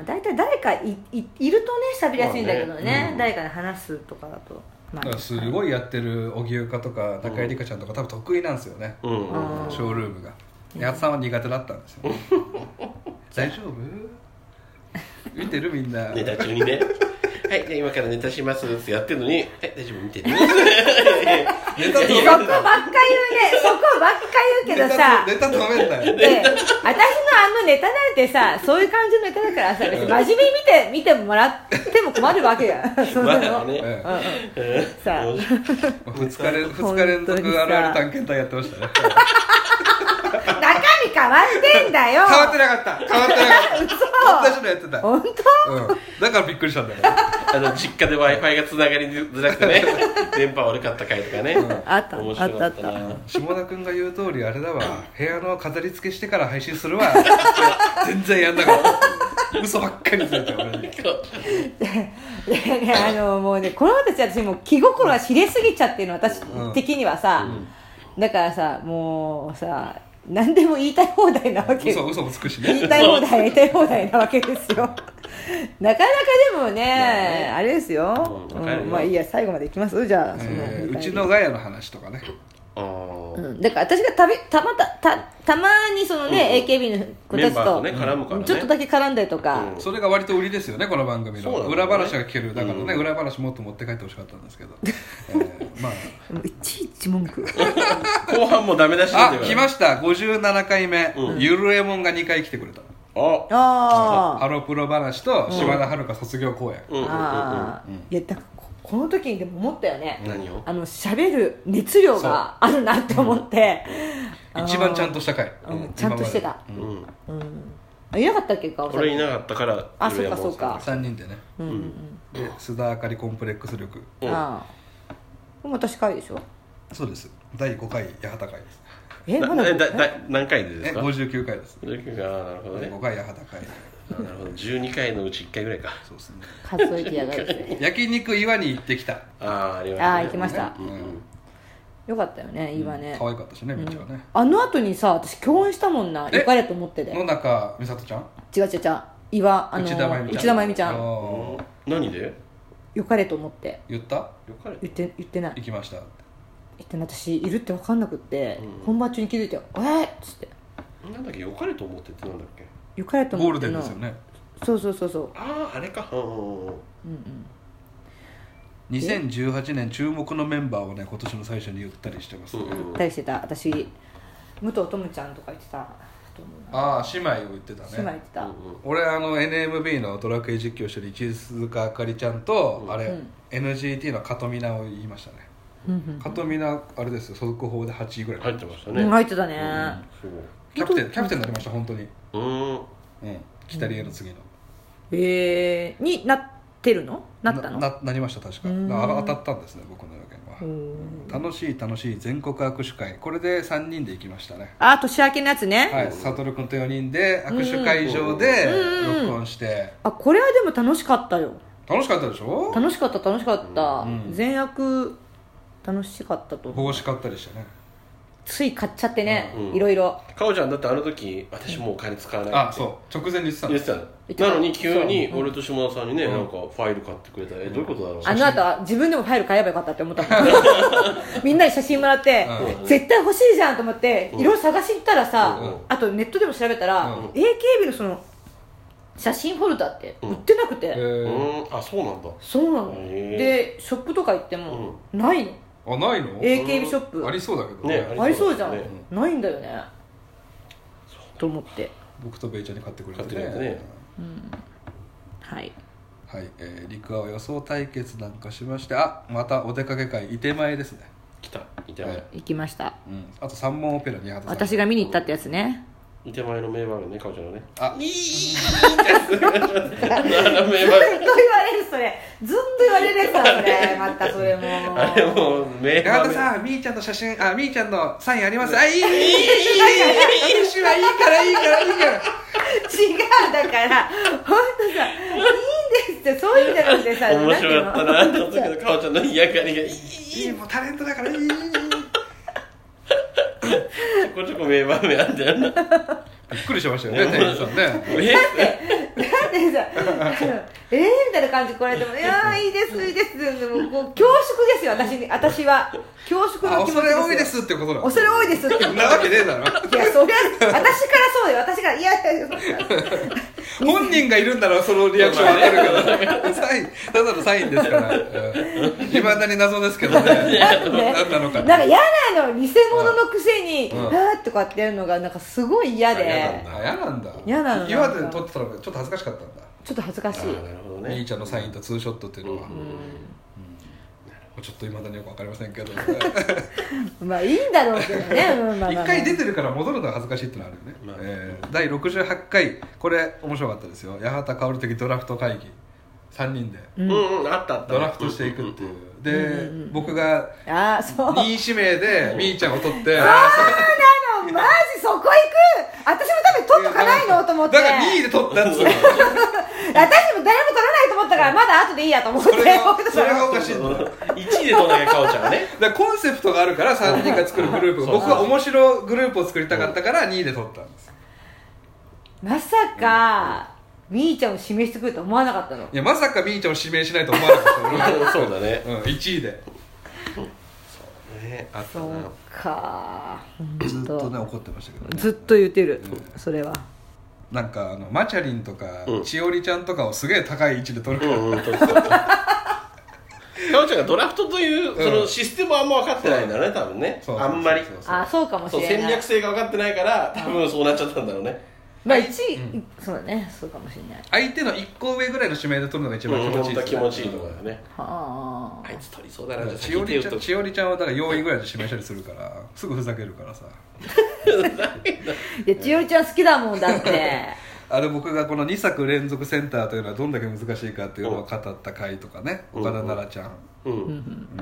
[SPEAKER 1] あ、大体誰かいいいるとね喋りやすいんだけどね,、
[SPEAKER 3] まあねうん
[SPEAKER 1] 誰かで話すとかだと、ま
[SPEAKER 2] だからすごいやってる荻生かとか中井理香ちゃんとか多分得意なんですよね、
[SPEAKER 3] うんうん
[SPEAKER 1] あー
[SPEAKER 2] ショールームが八つさんは苦手だったんですよ大丈夫見てるみんな
[SPEAKER 3] ネタ中にねはいじゃあ今からネタしますってやってるのに「はい大丈夫見てる」
[SPEAKER 2] ネタ止め
[SPEAKER 1] そ
[SPEAKER 2] ん
[SPEAKER 1] こばっか言う
[SPEAKER 2] なよ
[SPEAKER 1] ねそこばっか言うけど
[SPEAKER 2] [LAUGHS]
[SPEAKER 1] さ
[SPEAKER 2] ネタネタ止めんなよ
[SPEAKER 1] で私のあのネタなんてさそういう感じのネタだからさ別に真面目に見て見てもらっても困るわけやそんな
[SPEAKER 3] [LAUGHS] まあ
[SPEAKER 1] の、
[SPEAKER 3] ね
[SPEAKER 1] うんうんさあ
[SPEAKER 3] 面
[SPEAKER 2] 2日連二日連
[SPEAKER 1] 本当に
[SPEAKER 2] 続
[SPEAKER 1] さ
[SPEAKER 2] あるある探検隊やってましたね
[SPEAKER 1] 中身変わってんだよ
[SPEAKER 2] 変わってなかった変わってなか
[SPEAKER 1] [LAUGHS]
[SPEAKER 2] った同じのやってた、
[SPEAKER 1] 本
[SPEAKER 2] うん、だからびっくりしたんだ [LAUGHS] よ
[SPEAKER 3] あの実家で w i f i がつながりづらくてね電波悪かった回とかね、
[SPEAKER 1] あった
[SPEAKER 3] 面白かったな
[SPEAKER 1] あったあ
[SPEAKER 2] 下田君が言う通りあれだわ部屋の飾り付けしてから配信するわ [LAUGHS] 全然やんなかった [LAUGHS] 嘘ばっかりついて俺に
[SPEAKER 1] 当いやいやあのもうねこの子たち私もう気心が知れすぎちゃってるの私的にはさ、だからさもうさ何でも言いたい放題なわけよ
[SPEAKER 2] [LAUGHS] 嘘嘘もつくし
[SPEAKER 1] 言い
[SPEAKER 2] ね
[SPEAKER 1] たい放題言いたい放題なわけですよなかなかでもね、
[SPEAKER 3] まあね
[SPEAKER 1] あれですよ、
[SPEAKER 3] うんわかるよ
[SPEAKER 1] うんまあいいや最後までいきますじゃあその、
[SPEAKER 2] え
[SPEAKER 1] 振
[SPEAKER 2] ー
[SPEAKER 1] り返
[SPEAKER 2] う
[SPEAKER 1] り
[SPEAKER 2] ちのガヤの話とかね
[SPEAKER 3] あー
[SPEAKER 1] うん、だから私がたびたまたたたまにそのね、AKB の子
[SPEAKER 3] メ
[SPEAKER 1] た
[SPEAKER 3] ン
[SPEAKER 1] ち
[SPEAKER 3] バーと
[SPEAKER 1] と
[SPEAKER 3] ね絡むからね
[SPEAKER 1] ちょっとだけ絡んだりとか、
[SPEAKER 3] うん
[SPEAKER 2] それが割と売りですよねこの番組の、
[SPEAKER 3] そうなんだよ
[SPEAKER 2] 裏
[SPEAKER 3] ね
[SPEAKER 2] 話が聞けるだからね、裏話もっと持って帰ってほしかったんですけ [LAUGHS] ど、えーまあ
[SPEAKER 1] もういちいち文
[SPEAKER 3] [LAUGHS]
[SPEAKER 1] 句
[SPEAKER 3] 後半もダメ出しなんだ
[SPEAKER 2] あ
[SPEAKER 3] よ
[SPEAKER 2] 来ました57回目、ゆるえもんが2回来てくれた
[SPEAKER 3] あ
[SPEAKER 1] あ
[SPEAKER 2] ハロプロ話と島田遥香卒業公演、
[SPEAKER 3] うんうんうん
[SPEAKER 1] あーいやだからここの時にでも思ったよね
[SPEAKER 3] 何を
[SPEAKER 1] あの喋る熱量があるなって思って、あの
[SPEAKER 2] 一番ちゃんとした回、
[SPEAKER 1] うん
[SPEAKER 2] 今まで
[SPEAKER 1] ちゃんとしてた
[SPEAKER 3] うん
[SPEAKER 1] あいなかったっけ顔さん
[SPEAKER 3] 俺いなかったから
[SPEAKER 1] あ
[SPEAKER 3] ゆるやもん
[SPEAKER 1] そうか
[SPEAKER 2] 3人でね
[SPEAKER 1] うんうん
[SPEAKER 2] で須田あかりコンプレックス力
[SPEAKER 1] うんああでも私かいでしょ
[SPEAKER 2] そうです第5回八幡会です
[SPEAKER 1] え
[SPEAKER 3] な
[SPEAKER 1] ま
[SPEAKER 3] な
[SPEAKER 1] だ
[SPEAKER 3] だだ何回でで
[SPEAKER 2] え
[SPEAKER 3] すか
[SPEAKER 2] 59回です
[SPEAKER 3] 59回あーなるほど
[SPEAKER 2] 第
[SPEAKER 3] ね
[SPEAKER 2] 5回八幡会
[SPEAKER 3] あなるほど12回のうち1回ぐらいか
[SPEAKER 2] そうですね
[SPEAKER 1] 数えてやがるね
[SPEAKER 2] 焼肉岩に行ってきた
[SPEAKER 3] ああありました
[SPEAKER 1] ああ
[SPEAKER 3] ね
[SPEAKER 1] 行きました
[SPEAKER 3] うんうん
[SPEAKER 1] よかったよねいいわね、
[SPEAKER 2] 可愛かったしねみっちゃんはね、
[SPEAKER 1] あの後にさ私共演したもんな
[SPEAKER 2] え
[SPEAKER 1] よかれと思ってで
[SPEAKER 2] 野中美里ちゃん
[SPEAKER 1] 違う違う違う岩あの
[SPEAKER 2] 内田真由美ちゃん
[SPEAKER 1] 内田真由美ちゃ
[SPEAKER 2] あ
[SPEAKER 1] ん
[SPEAKER 2] ー
[SPEAKER 3] 何でよ
[SPEAKER 1] よかれと思って
[SPEAKER 2] 言った
[SPEAKER 3] かれ
[SPEAKER 1] 言って言ってない
[SPEAKER 2] 行きました
[SPEAKER 1] 言ってない私いるって分かんなくって、
[SPEAKER 3] うん
[SPEAKER 1] 本番中に気づいて「えっ!」っつって
[SPEAKER 3] なんだっけよかれと思ってってなんだっけ
[SPEAKER 1] 「よかれと
[SPEAKER 2] ゴー
[SPEAKER 1] 思
[SPEAKER 2] ル
[SPEAKER 1] って
[SPEAKER 2] デン
[SPEAKER 1] の」
[SPEAKER 2] ですよね
[SPEAKER 1] そうそうそうそう
[SPEAKER 3] あああれかうんうんうん
[SPEAKER 1] うんうん
[SPEAKER 2] 2018年注目のメンバーをね今年の最初に言ったりしてますね、
[SPEAKER 3] うん
[SPEAKER 1] 言ったりしてた私武藤智ちゃんとか言ってたと思うな
[SPEAKER 2] ああ姉妹を言ってたね
[SPEAKER 1] 姉妹言ってた、
[SPEAKER 3] うんうん
[SPEAKER 2] 俺あの NMB のドラクエ実況してる一塚あかりちゃんと、
[SPEAKER 3] うん
[SPEAKER 2] あれ、
[SPEAKER 1] うん
[SPEAKER 2] NGT のカトミナを言いましたね
[SPEAKER 1] うんうん
[SPEAKER 2] カトミナあれですよ速報で8位ぐらい、
[SPEAKER 3] 入ってました
[SPEAKER 1] う
[SPEAKER 3] ね
[SPEAKER 1] ん入ってたね、
[SPEAKER 3] すごい
[SPEAKER 2] キャプテンキャプテンになりました本当に
[SPEAKER 3] うーん
[SPEAKER 2] うん北リエの次の、
[SPEAKER 1] えー、になってるのなったの
[SPEAKER 2] なななりました確か
[SPEAKER 1] うん
[SPEAKER 2] あ当たったんですね僕の予言は、
[SPEAKER 1] うん
[SPEAKER 2] 楽しい楽しい全国握手会これで3人で行きましたね
[SPEAKER 1] あ年明けのやつね、
[SPEAKER 2] はい悟君と4人で握手会場で録音して
[SPEAKER 1] あこれはでも楽しかったよ
[SPEAKER 2] 楽しかったでしょ
[SPEAKER 1] 楽しかった楽しかった、
[SPEAKER 2] うん
[SPEAKER 1] 善悪楽しかったと
[SPEAKER 2] 帽子買ったりしてね
[SPEAKER 1] つい買っちゃってね、
[SPEAKER 3] うん
[SPEAKER 1] いろいろ
[SPEAKER 3] かおちゃんだってあの時私もうお金使わないって
[SPEAKER 2] あそう直前に言ってたん
[SPEAKER 3] 言
[SPEAKER 2] で
[SPEAKER 3] っ
[SPEAKER 2] す
[SPEAKER 3] てた
[SPEAKER 1] 言ってた
[SPEAKER 3] のなのに急に俺と島田さんにねなんかファイル買ってくれたらえどういうことだろう
[SPEAKER 1] あの後は自分でもファイル買えばよかったって思った
[SPEAKER 3] [LAUGHS]
[SPEAKER 1] もんみんなに写真もらって、
[SPEAKER 3] うん
[SPEAKER 1] 絶対欲しいじゃんと思って、いろいろ探し行ったらさ、
[SPEAKER 3] うん
[SPEAKER 1] あとネットでも調べたら、
[SPEAKER 2] うん
[SPEAKER 1] AKB のその写真フォルダって売ってなくて、
[SPEAKER 2] え
[SPEAKER 3] う
[SPEAKER 2] ー
[SPEAKER 3] ーんあそうなんだ
[SPEAKER 1] そうなの
[SPEAKER 3] へー
[SPEAKER 1] でショップとか行っても、ないの
[SPEAKER 2] あないの
[SPEAKER 1] AKB ショップ、
[SPEAKER 2] ありそうだけど
[SPEAKER 3] ね
[SPEAKER 2] ね
[SPEAKER 1] ありそうじゃん、
[SPEAKER 3] ありそう
[SPEAKER 1] ないんだよねと思って
[SPEAKER 2] 僕とベイちゃんに買ってくれて
[SPEAKER 3] 買ってくれてね
[SPEAKER 1] はい
[SPEAKER 2] はい、えー、陸青予想対決なんかしましてあまたお出かけ会いて前ですね
[SPEAKER 3] 来たいて
[SPEAKER 2] はい
[SPEAKER 3] 前
[SPEAKER 1] 行きました
[SPEAKER 2] うんあと三問オペラ宮畑さん
[SPEAKER 1] 私が見に行ったってやつね
[SPEAKER 3] いて前の名場面ねかおちゃんのね
[SPEAKER 2] あ
[SPEAKER 3] いいあの名場面
[SPEAKER 1] [LAUGHS] 言われるそれずっと言われるやつだそれまたそれも
[SPEAKER 3] [LAUGHS] あれもう名
[SPEAKER 2] 永
[SPEAKER 3] 場
[SPEAKER 2] 田
[SPEAKER 3] 面
[SPEAKER 2] さんみーちゃんの写真あみーちゃんのサインありますあいいいいいいいいい私はいいからいいからいいから
[SPEAKER 1] 違うだから本当さいいんですってそういうんじゃなくてさ
[SPEAKER 3] 面白かったな
[SPEAKER 1] なんて
[SPEAKER 3] そ
[SPEAKER 1] いう
[SPEAKER 3] の
[SPEAKER 1] の
[SPEAKER 3] 時のかおちゃんの嫌がりがいい
[SPEAKER 2] いいもうタレントだからいいいいいい
[SPEAKER 3] ちょこちょこ名場面あんだよな
[SPEAKER 2] びっくりしましたよ
[SPEAKER 3] ね
[SPEAKER 2] ね店員さんね
[SPEAKER 3] え
[SPEAKER 1] だってさあの「えー?」みたいな感じで来られても「いやーいいですいいです」ってもうこう恐縮ですよ私に私は恐縮
[SPEAKER 2] あ
[SPEAKER 1] の気持ちで
[SPEAKER 2] 恐
[SPEAKER 1] す
[SPEAKER 2] れ
[SPEAKER 1] よ
[SPEAKER 2] 多いですってことだ
[SPEAKER 1] 恐れ多いですって
[SPEAKER 2] なわけねえだろ
[SPEAKER 1] いやそりゃ私からそうよ私からいやいやいや
[SPEAKER 2] [LAUGHS] 本人がいるんだろそのリアクションわかるけどサインただのサインですからいまだに謎ですけどね何なのか
[SPEAKER 1] なんか嫌なの偽物のくせに「
[SPEAKER 2] うん
[SPEAKER 1] あー」とかってやるのがなんかすごい嫌
[SPEAKER 3] あ嫌な
[SPEAKER 1] で
[SPEAKER 3] んだ
[SPEAKER 2] あ嫌なんだ
[SPEAKER 1] 嫌なのなんだ
[SPEAKER 2] 岩手で撮ってたのがちょっと恥ずかしかったんだ
[SPEAKER 1] ちょっと恥ずかしい
[SPEAKER 3] なるほど
[SPEAKER 2] みー
[SPEAKER 3] ね
[SPEAKER 2] ちゃんのサインとツーショットっていうのは、
[SPEAKER 3] うん
[SPEAKER 2] ちょっといまだによく分かりませ
[SPEAKER 1] [LAUGHS]
[SPEAKER 2] んけど
[SPEAKER 1] まあいいんだろうけどね、うんまあまあまあ
[SPEAKER 2] 一回出てるから戻るのが恥ずかしいってのはあるよね、
[SPEAKER 3] まあ
[SPEAKER 2] えー第68回これ面白かったですよ八幡薫的ドラフト会議3人で
[SPEAKER 1] う
[SPEAKER 3] うん
[SPEAKER 1] ん
[SPEAKER 3] うんあったあった
[SPEAKER 2] ドラフトしていくっていう、で、僕が
[SPEAKER 1] ああそう
[SPEAKER 2] 2位指名でみーちゃんを取って
[SPEAKER 1] あのマジそこ行く私も多分取っとかないのと思って
[SPEAKER 2] だから2位で取ったっ
[SPEAKER 1] [LAUGHS]
[SPEAKER 2] つうの
[SPEAKER 1] 私も誰も取らないと思ったからまだ後でいいやと思って
[SPEAKER 2] それがそれがお
[SPEAKER 1] [LAUGHS] そ
[SPEAKER 2] かしいんだよ
[SPEAKER 3] 1位で取んなきゃかおちゃんはね
[SPEAKER 2] [LAUGHS] だからコンセプトがあるから3人が作るグループが
[SPEAKER 3] そう
[SPEAKER 2] 僕は面白グループを作りたかったから2位で取ったんです
[SPEAKER 1] まさかみーちゃんを指名してくると思わなかったの
[SPEAKER 2] いやまさかみーちゃんを指名しないと思わなかったよ俺は
[SPEAKER 3] そうだね
[SPEAKER 1] [LAUGHS]
[SPEAKER 2] うん、1位で
[SPEAKER 3] ねあった
[SPEAKER 1] そう
[SPEAKER 3] な
[SPEAKER 1] か
[SPEAKER 2] ずっとね
[SPEAKER 1] 本
[SPEAKER 2] 怒ってましたけど、
[SPEAKER 1] 当
[SPEAKER 2] ね、
[SPEAKER 1] ずっと言ってるそれは
[SPEAKER 2] なんかあのマチャリンとか、
[SPEAKER 3] うん
[SPEAKER 2] ちおりちゃんとかをすげえ高い位置で取る
[SPEAKER 3] う
[SPEAKER 2] から、
[SPEAKER 3] んうんそう
[SPEAKER 2] [LAUGHS]
[SPEAKER 3] そうそうかおちゃんがドラフトという
[SPEAKER 2] うん
[SPEAKER 3] そのシステムはあんま分かってないんだね多分ね
[SPEAKER 2] そう
[SPEAKER 3] あんまり
[SPEAKER 2] そうそうそう
[SPEAKER 1] あそうかもし
[SPEAKER 3] そう
[SPEAKER 1] れ
[SPEAKER 3] 戦
[SPEAKER 1] ない
[SPEAKER 3] 略性が分かってないから多分そうなっちゃったんだろうね
[SPEAKER 1] まあ1位そうだねそうかもしれない
[SPEAKER 2] 相手の1個上ぐらいの指名で取るのが一番気持ちいい
[SPEAKER 3] 本
[SPEAKER 2] です
[SPEAKER 3] 当は気
[SPEAKER 2] ね、
[SPEAKER 3] 持ちいいとこだよね
[SPEAKER 1] は
[SPEAKER 3] あいつ取りそうだ
[SPEAKER 2] だ
[SPEAKER 3] な
[SPEAKER 2] から
[SPEAKER 3] じゃあ
[SPEAKER 2] ちお
[SPEAKER 3] 先手
[SPEAKER 2] り
[SPEAKER 3] 打
[SPEAKER 2] ちゃ
[SPEAKER 3] っ
[SPEAKER 2] ん
[SPEAKER 3] と
[SPEAKER 2] ちおりちゃんはだから4位ぐらいで指名したりするからすぐふざけるからさ
[SPEAKER 1] あいや千代ちゃん好きだもんだって
[SPEAKER 2] あれ僕がこの2作連続センターというのはどんだけ難しいかっていうのを語った回とかね、
[SPEAKER 3] うん
[SPEAKER 2] 岡田奈々ちゃん、
[SPEAKER 3] う
[SPEAKER 1] うんう
[SPEAKER 3] ん
[SPEAKER 1] ん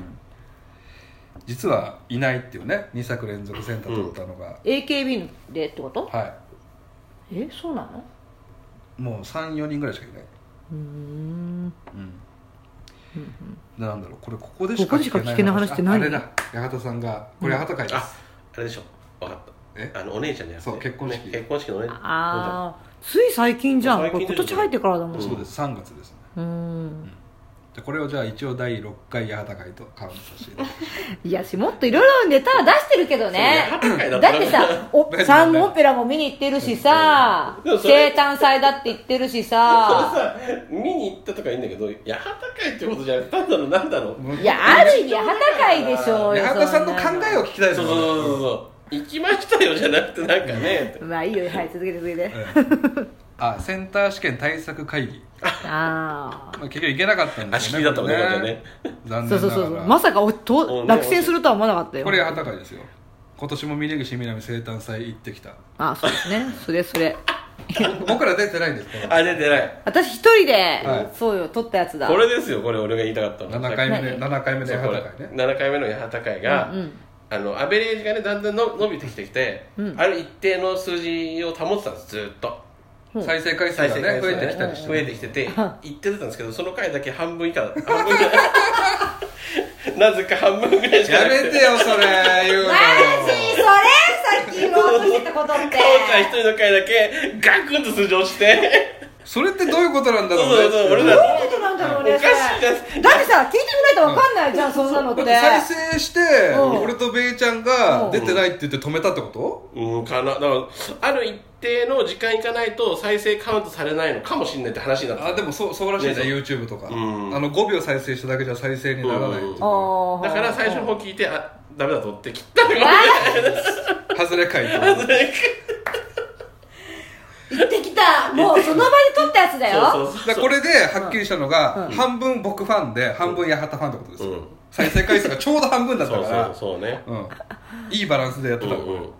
[SPEAKER 2] 実はいないっていうね2作連続センター取ったのが、
[SPEAKER 1] AKB でってこと
[SPEAKER 2] は
[SPEAKER 1] えそうなの
[SPEAKER 2] いもう34人ぐらいしかいないう
[SPEAKER 1] ーん
[SPEAKER 2] うん
[SPEAKER 1] うんうん
[SPEAKER 2] なんだろうこれここでし
[SPEAKER 1] こ
[SPEAKER 2] か
[SPEAKER 1] こでしか聞けない話って何
[SPEAKER 2] ああれだ八幡さんがこれ八幡会です
[SPEAKER 3] あ、あれでしょ分かっ
[SPEAKER 2] え
[SPEAKER 3] たあのお姉ちゃんじゃなくて
[SPEAKER 2] そう結婚式
[SPEAKER 3] ね結婚式のお姉ちゃん
[SPEAKER 1] ああつい最近じゃん
[SPEAKER 3] 最
[SPEAKER 1] こ
[SPEAKER 3] 近
[SPEAKER 1] れ
[SPEAKER 3] でしょ
[SPEAKER 1] 今年入ってからだもん
[SPEAKER 2] そうです3月ですね
[SPEAKER 1] うーん
[SPEAKER 2] でこれをじゃあ一応第6回八幡会とカウントさせていただき
[SPEAKER 1] [LAUGHS]
[SPEAKER 2] ます
[SPEAKER 1] いやしもっといろいろネタは出してるけどね
[SPEAKER 3] そうね
[SPEAKER 1] だってさお
[SPEAKER 2] [LAUGHS] 何
[SPEAKER 1] サンオペラも見に行ってるしさ
[SPEAKER 3] でもそ
[SPEAKER 1] 生
[SPEAKER 3] れ
[SPEAKER 1] 誕祭だって言ってるしさ
[SPEAKER 3] さ見に行ったとかいいんだけど八幡会ってことじゃなくて単なるなんだろう
[SPEAKER 1] いやある意味八幡会でしょうよ
[SPEAKER 2] 八幡さんの考
[SPEAKER 1] そな
[SPEAKER 2] えを聞きたいです
[SPEAKER 3] そうそう
[SPEAKER 2] よ
[SPEAKER 3] そうそうそう行きましたよじゃなくてなんかね
[SPEAKER 1] まあいいよはい続けて続けて
[SPEAKER 2] うんあセンター試験対策会議、
[SPEAKER 1] あ
[SPEAKER 2] まあ、結局行けなかったんですよね
[SPEAKER 3] あ仕切りだったもんね
[SPEAKER 2] これね残
[SPEAKER 1] あ
[SPEAKER 2] 念ながら
[SPEAKER 1] そうそうそうそうまさかお
[SPEAKER 3] う
[SPEAKER 1] と
[SPEAKER 3] ん
[SPEAKER 1] 落選するとは思わなかったよ
[SPEAKER 2] これ八幡会ですよ今年も峯岸みなみ生誕祭行ってきた
[SPEAKER 1] あそうですねそれそれ
[SPEAKER 2] 僕ら出てないんですから
[SPEAKER 3] あ出てない
[SPEAKER 1] 私一人で
[SPEAKER 2] はい
[SPEAKER 1] そうよ撮ったやつだ
[SPEAKER 3] これですよこれ俺が言いたかったの
[SPEAKER 2] 7回目で
[SPEAKER 1] 何
[SPEAKER 2] 7回目で
[SPEAKER 3] そう
[SPEAKER 2] 八
[SPEAKER 3] これ
[SPEAKER 2] 幡会ね
[SPEAKER 3] 7回目の八幡会が、
[SPEAKER 1] うん
[SPEAKER 3] あのアベレージがねだんだんの伸びてきてきて、
[SPEAKER 1] うん
[SPEAKER 3] ある一定の数字を保ってたんですずーっと
[SPEAKER 1] うん
[SPEAKER 2] 再生回数
[SPEAKER 3] 再
[SPEAKER 2] が
[SPEAKER 3] 生
[SPEAKER 2] ね増
[SPEAKER 3] 回数
[SPEAKER 2] え
[SPEAKER 3] が
[SPEAKER 2] て
[SPEAKER 3] ね
[SPEAKER 2] きたりして
[SPEAKER 3] 増えてきてて
[SPEAKER 1] は
[SPEAKER 3] 言ってたんですけどその回だけ半分以下半分以下 [LAUGHS] なぜか半分ぐらいしか
[SPEAKER 2] や
[SPEAKER 3] なく
[SPEAKER 2] め
[SPEAKER 3] て
[SPEAKER 2] てよそれ言うの
[SPEAKER 1] マジそれさっき言おうとしてたことって
[SPEAKER 3] かおちゃん一人の回だけガクンと数字落ちて
[SPEAKER 2] それってどういうことなんだ
[SPEAKER 3] そう
[SPEAKER 2] ろうね
[SPEAKER 3] そうそう俺
[SPEAKER 1] どう
[SPEAKER 3] ら
[SPEAKER 1] いうことなんだろう
[SPEAKER 3] お
[SPEAKER 1] ね
[SPEAKER 3] かしい
[SPEAKER 1] だ
[SPEAKER 3] で
[SPEAKER 1] っ
[SPEAKER 3] す
[SPEAKER 1] てさ聞いてみないとわかんないじゃんそんなのって
[SPEAKER 2] だって再生して
[SPEAKER 1] うん
[SPEAKER 2] 俺とベイちゃんが
[SPEAKER 1] うん
[SPEAKER 2] 出てないって言って止めたってこと
[SPEAKER 3] うんかなだからある一定の時間いかないと再生カウントされないのかもしれないって話になった
[SPEAKER 2] あでもそうそうらしいね
[SPEAKER 3] ねそう
[SPEAKER 2] YouTube とかあ
[SPEAKER 3] うん
[SPEAKER 2] の5秒再生しただけじゃ再生にならないっていう
[SPEAKER 3] うん
[SPEAKER 1] あー
[SPEAKER 3] だから最初の方聞いてあダメだと思って切ったのが
[SPEAKER 2] 外れ回答
[SPEAKER 1] 行ってきたも
[SPEAKER 2] [LAUGHS]
[SPEAKER 1] うその場で撮ったやつだよ
[SPEAKER 3] そうそう
[SPEAKER 2] だ
[SPEAKER 3] そ
[SPEAKER 2] から
[SPEAKER 3] う
[SPEAKER 2] これではっきりしたのが半分僕ファンで半分八幡ファンってことです
[SPEAKER 3] う
[SPEAKER 2] よ
[SPEAKER 3] ん
[SPEAKER 2] 再生回数がちょうど半分だった
[SPEAKER 3] そう
[SPEAKER 2] か
[SPEAKER 3] そう
[SPEAKER 2] ら
[SPEAKER 3] そうね
[SPEAKER 2] うんいいバランスでやって
[SPEAKER 3] うん
[SPEAKER 2] た
[SPEAKER 3] う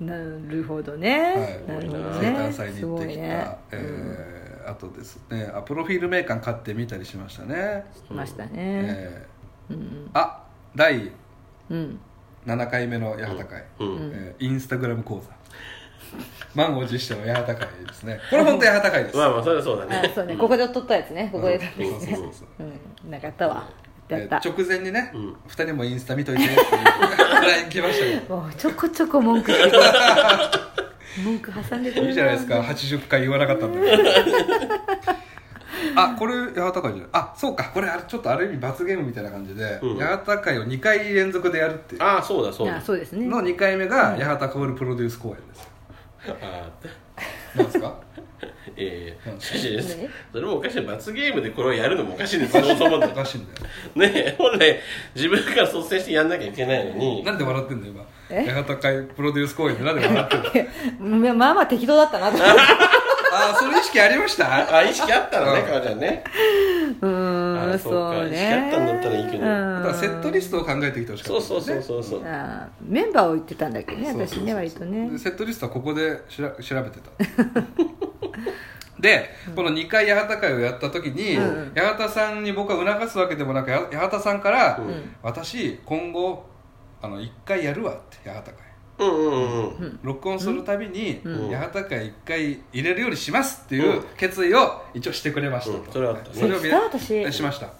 [SPEAKER 2] の
[SPEAKER 3] ん
[SPEAKER 1] なるほどね、
[SPEAKER 2] はい
[SPEAKER 1] なるほど
[SPEAKER 2] 生
[SPEAKER 1] ね
[SPEAKER 2] 誕祭に行っ
[SPEAKER 1] すご
[SPEAKER 2] てき
[SPEAKER 1] い
[SPEAKER 2] た
[SPEAKER 1] ね
[SPEAKER 2] えあとですねあプロフィールメーカー買ってみたりしましたね、
[SPEAKER 1] しましたね、
[SPEAKER 2] え
[SPEAKER 1] うん
[SPEAKER 2] ーあ第
[SPEAKER 1] うんうん
[SPEAKER 2] 7回目の八幡会、
[SPEAKER 3] うん
[SPEAKER 1] うん
[SPEAKER 2] えーインスタグラム講座満を持しての八幡会ですねこれ本当に八幡会です、
[SPEAKER 3] まあまあそれはそうだ
[SPEAKER 1] あ
[SPEAKER 3] ね
[SPEAKER 1] そうねここで撮ったやつねここで撮ったやつ
[SPEAKER 2] そう
[SPEAKER 1] ね
[SPEAKER 2] そうそう
[SPEAKER 1] うんなかったわや
[SPEAKER 2] え
[SPEAKER 1] った
[SPEAKER 2] ー直前にね、
[SPEAKER 3] う
[SPEAKER 2] 二
[SPEAKER 3] ん
[SPEAKER 2] 2人もインスタ見といてっていう [LAUGHS] LINE 来ましたよ
[SPEAKER 1] もうちょこちょこ文句言って
[SPEAKER 2] [LAUGHS]
[SPEAKER 1] くる文句挟んでくる
[SPEAKER 2] いいじゃないですか80回言わなかったんだ
[SPEAKER 1] [LAUGHS]
[SPEAKER 2] からあこれ八幡会じゃないあそうかこれあれちょっとある意味罰ゲームみたいな感じで、
[SPEAKER 3] うん
[SPEAKER 2] 八幡会を2回連続でやるっていう
[SPEAKER 3] ああそうだそうだ
[SPEAKER 1] あ
[SPEAKER 3] [LAUGHS]
[SPEAKER 1] そうですね
[SPEAKER 2] の2回目が八幡薫プロデュース公演です
[SPEAKER 3] あー
[SPEAKER 2] なんですか
[SPEAKER 3] え
[SPEAKER 2] う
[SPEAKER 3] え
[SPEAKER 2] ん
[SPEAKER 3] おかしいです
[SPEAKER 1] ね
[SPEAKER 3] それもおかしい罰ゲームでこれをやるのもおかしいですそもそも
[SPEAKER 2] お
[SPEAKER 3] ね
[SPEAKER 2] かしいんだよ
[SPEAKER 3] え本来自分から率先してやんなきゃいけないのに
[SPEAKER 2] なんで笑ってんだよ今
[SPEAKER 1] え
[SPEAKER 2] 八幡会プロデュース公演でなんで
[SPEAKER 1] [LAUGHS]
[SPEAKER 2] 笑ってんの
[SPEAKER 1] うんまあまあ適当だったな
[SPEAKER 2] [LAUGHS]
[SPEAKER 1] とう
[SPEAKER 2] ああそれ意識ありました
[SPEAKER 3] あ意識あったの
[SPEAKER 2] う
[SPEAKER 3] ね
[SPEAKER 2] ん
[SPEAKER 3] 母ちゃんね
[SPEAKER 1] ー
[SPEAKER 3] あ
[SPEAKER 1] ん
[SPEAKER 3] そ
[SPEAKER 1] そう
[SPEAKER 3] か
[SPEAKER 1] う
[SPEAKER 3] 意識あ
[SPEAKER 1] ね
[SPEAKER 3] ったんだったらいいけど
[SPEAKER 1] うん
[SPEAKER 2] だからセットリストを考えてきてほしか
[SPEAKER 3] そ
[SPEAKER 2] っ
[SPEAKER 3] う
[SPEAKER 2] た
[SPEAKER 3] そ
[SPEAKER 2] ん
[SPEAKER 3] う
[SPEAKER 2] ですね、
[SPEAKER 3] そうそうそ
[SPEAKER 1] あ
[SPEAKER 3] う
[SPEAKER 1] ーメンバーを言ってたんだっけね
[SPEAKER 2] そうそうそう
[SPEAKER 1] 私ね割とね
[SPEAKER 2] でセットリストはここでしら調べてた [LAUGHS] でこの2回八幡会をやった時に、
[SPEAKER 1] うん
[SPEAKER 2] 八幡さんに僕は促すわけでもなくや八幡さんから「
[SPEAKER 3] うん
[SPEAKER 2] 私今後あの1回やるわ」って八幡会
[SPEAKER 3] うんうんうんうん
[SPEAKER 2] 録音するたびに、
[SPEAKER 3] うん
[SPEAKER 2] 八幡会1回入れるようにしますっていう決意を一応してくれましたと、
[SPEAKER 3] うんそれはあったね
[SPEAKER 2] それを皆
[SPEAKER 1] した私
[SPEAKER 2] しました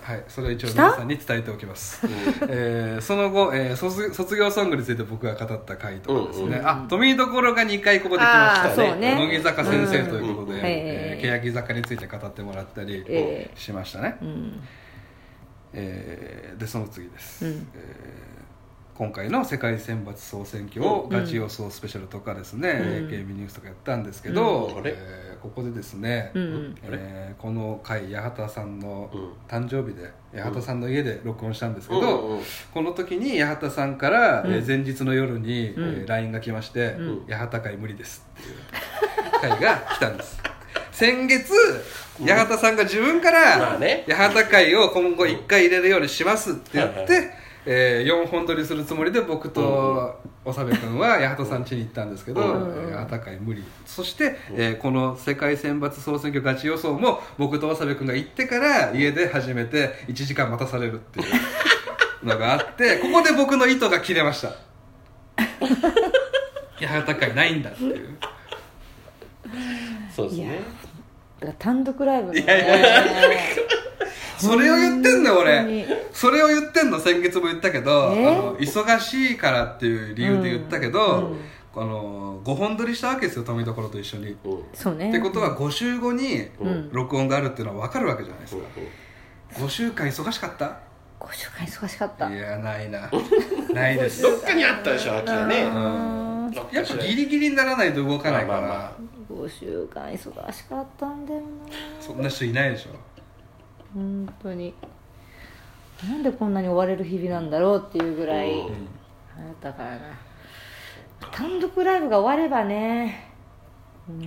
[SPEAKER 2] はいそれを一応
[SPEAKER 1] した
[SPEAKER 2] 皆さんに伝えておきます、えーその後、えー卒卒業ソングについて僕が語った回とかですね、
[SPEAKER 3] うん
[SPEAKER 1] うん
[SPEAKER 2] あ富井どころが2回ここで来ま
[SPEAKER 1] ああ
[SPEAKER 2] し
[SPEAKER 1] ー
[SPEAKER 2] た
[SPEAKER 1] そ
[SPEAKER 2] ね
[SPEAKER 1] うね
[SPEAKER 2] 乃木坂先生ということで、
[SPEAKER 3] うん
[SPEAKER 2] え
[SPEAKER 1] え
[SPEAKER 2] ー
[SPEAKER 1] え
[SPEAKER 2] 欅坂について語ってもらったり
[SPEAKER 1] ええ
[SPEAKER 2] しましたね、
[SPEAKER 1] うん
[SPEAKER 2] えーでその次です、
[SPEAKER 1] うん
[SPEAKER 2] えー今回の世界選抜総選挙をガチ予想スペシャルとかですね、
[SPEAKER 1] うん
[SPEAKER 2] AKB ニュースとかやったんですけど、
[SPEAKER 3] うんあれ
[SPEAKER 2] えーここでですね、
[SPEAKER 1] うん
[SPEAKER 3] あれ
[SPEAKER 2] えーこの回八幡さんの
[SPEAKER 3] うん
[SPEAKER 2] 誕生日で八幡さんの家で録音したんですけ
[SPEAKER 3] うん
[SPEAKER 2] ど、
[SPEAKER 3] うんうん
[SPEAKER 2] この時に八幡さんから、
[SPEAKER 1] うん
[SPEAKER 2] えー前日の夜に、
[SPEAKER 1] うん
[SPEAKER 2] えー LINE が来まして
[SPEAKER 1] うん
[SPEAKER 2] 「八幡会無理です」っていう会が来たん
[SPEAKER 3] [LAUGHS]
[SPEAKER 2] です先月八幡さんが自分か
[SPEAKER 3] まあ
[SPEAKER 2] ら
[SPEAKER 3] ね
[SPEAKER 2] 八幡会を今後1回入れるようにしますって言っ
[SPEAKER 3] はい
[SPEAKER 2] て、え4本撮りするつもりで僕と長部君は八幡さん家に行ったんですけど
[SPEAKER 1] うん
[SPEAKER 2] えー八幡会無理そして、えーこの世界選抜総選挙ガチ予想も僕と長部君が行ってから家で始めて1時間待たされるって
[SPEAKER 1] [LAUGHS]
[SPEAKER 2] いう。のがあってここで僕の糸が切れま
[SPEAKER 1] [LAUGHS]
[SPEAKER 2] した八幡会ないんだっていう
[SPEAKER 3] そうですね
[SPEAKER 1] だから単独ライブのね
[SPEAKER 3] いやい
[SPEAKER 2] それを言ってんの
[SPEAKER 1] 本当
[SPEAKER 2] 俺
[SPEAKER 1] に
[SPEAKER 2] それを言ってんの先月も言ったけど、
[SPEAKER 1] え
[SPEAKER 2] あの忙しいからっていう理由で言ったけど、
[SPEAKER 1] うんうん
[SPEAKER 2] あの5本撮りしたわけですよ富所と一緒に、
[SPEAKER 3] うんうん
[SPEAKER 1] そうね
[SPEAKER 2] ってことは5週後に
[SPEAKER 1] うん
[SPEAKER 2] 録音があるっていうのは分かるわけじゃないですか、5週間忙しかった
[SPEAKER 1] ご紹介忙しかった
[SPEAKER 2] いやないなないです
[SPEAKER 3] どっかにあったでしょ秋はね
[SPEAKER 2] う
[SPEAKER 1] うん
[SPEAKER 3] どっ
[SPEAKER 2] や
[SPEAKER 3] か
[SPEAKER 2] っ
[SPEAKER 3] し
[SPEAKER 2] ぱ
[SPEAKER 3] ら
[SPEAKER 2] ギリギリにならないと動かないから、
[SPEAKER 3] まあまあま
[SPEAKER 1] 5週間忙しかったんだよな
[SPEAKER 2] そんな人いないでしょ
[SPEAKER 1] 本当になんでこんなに追われる日々なんだろうっていうぐらい
[SPEAKER 3] うん
[SPEAKER 1] だからな単独ライブが終わればね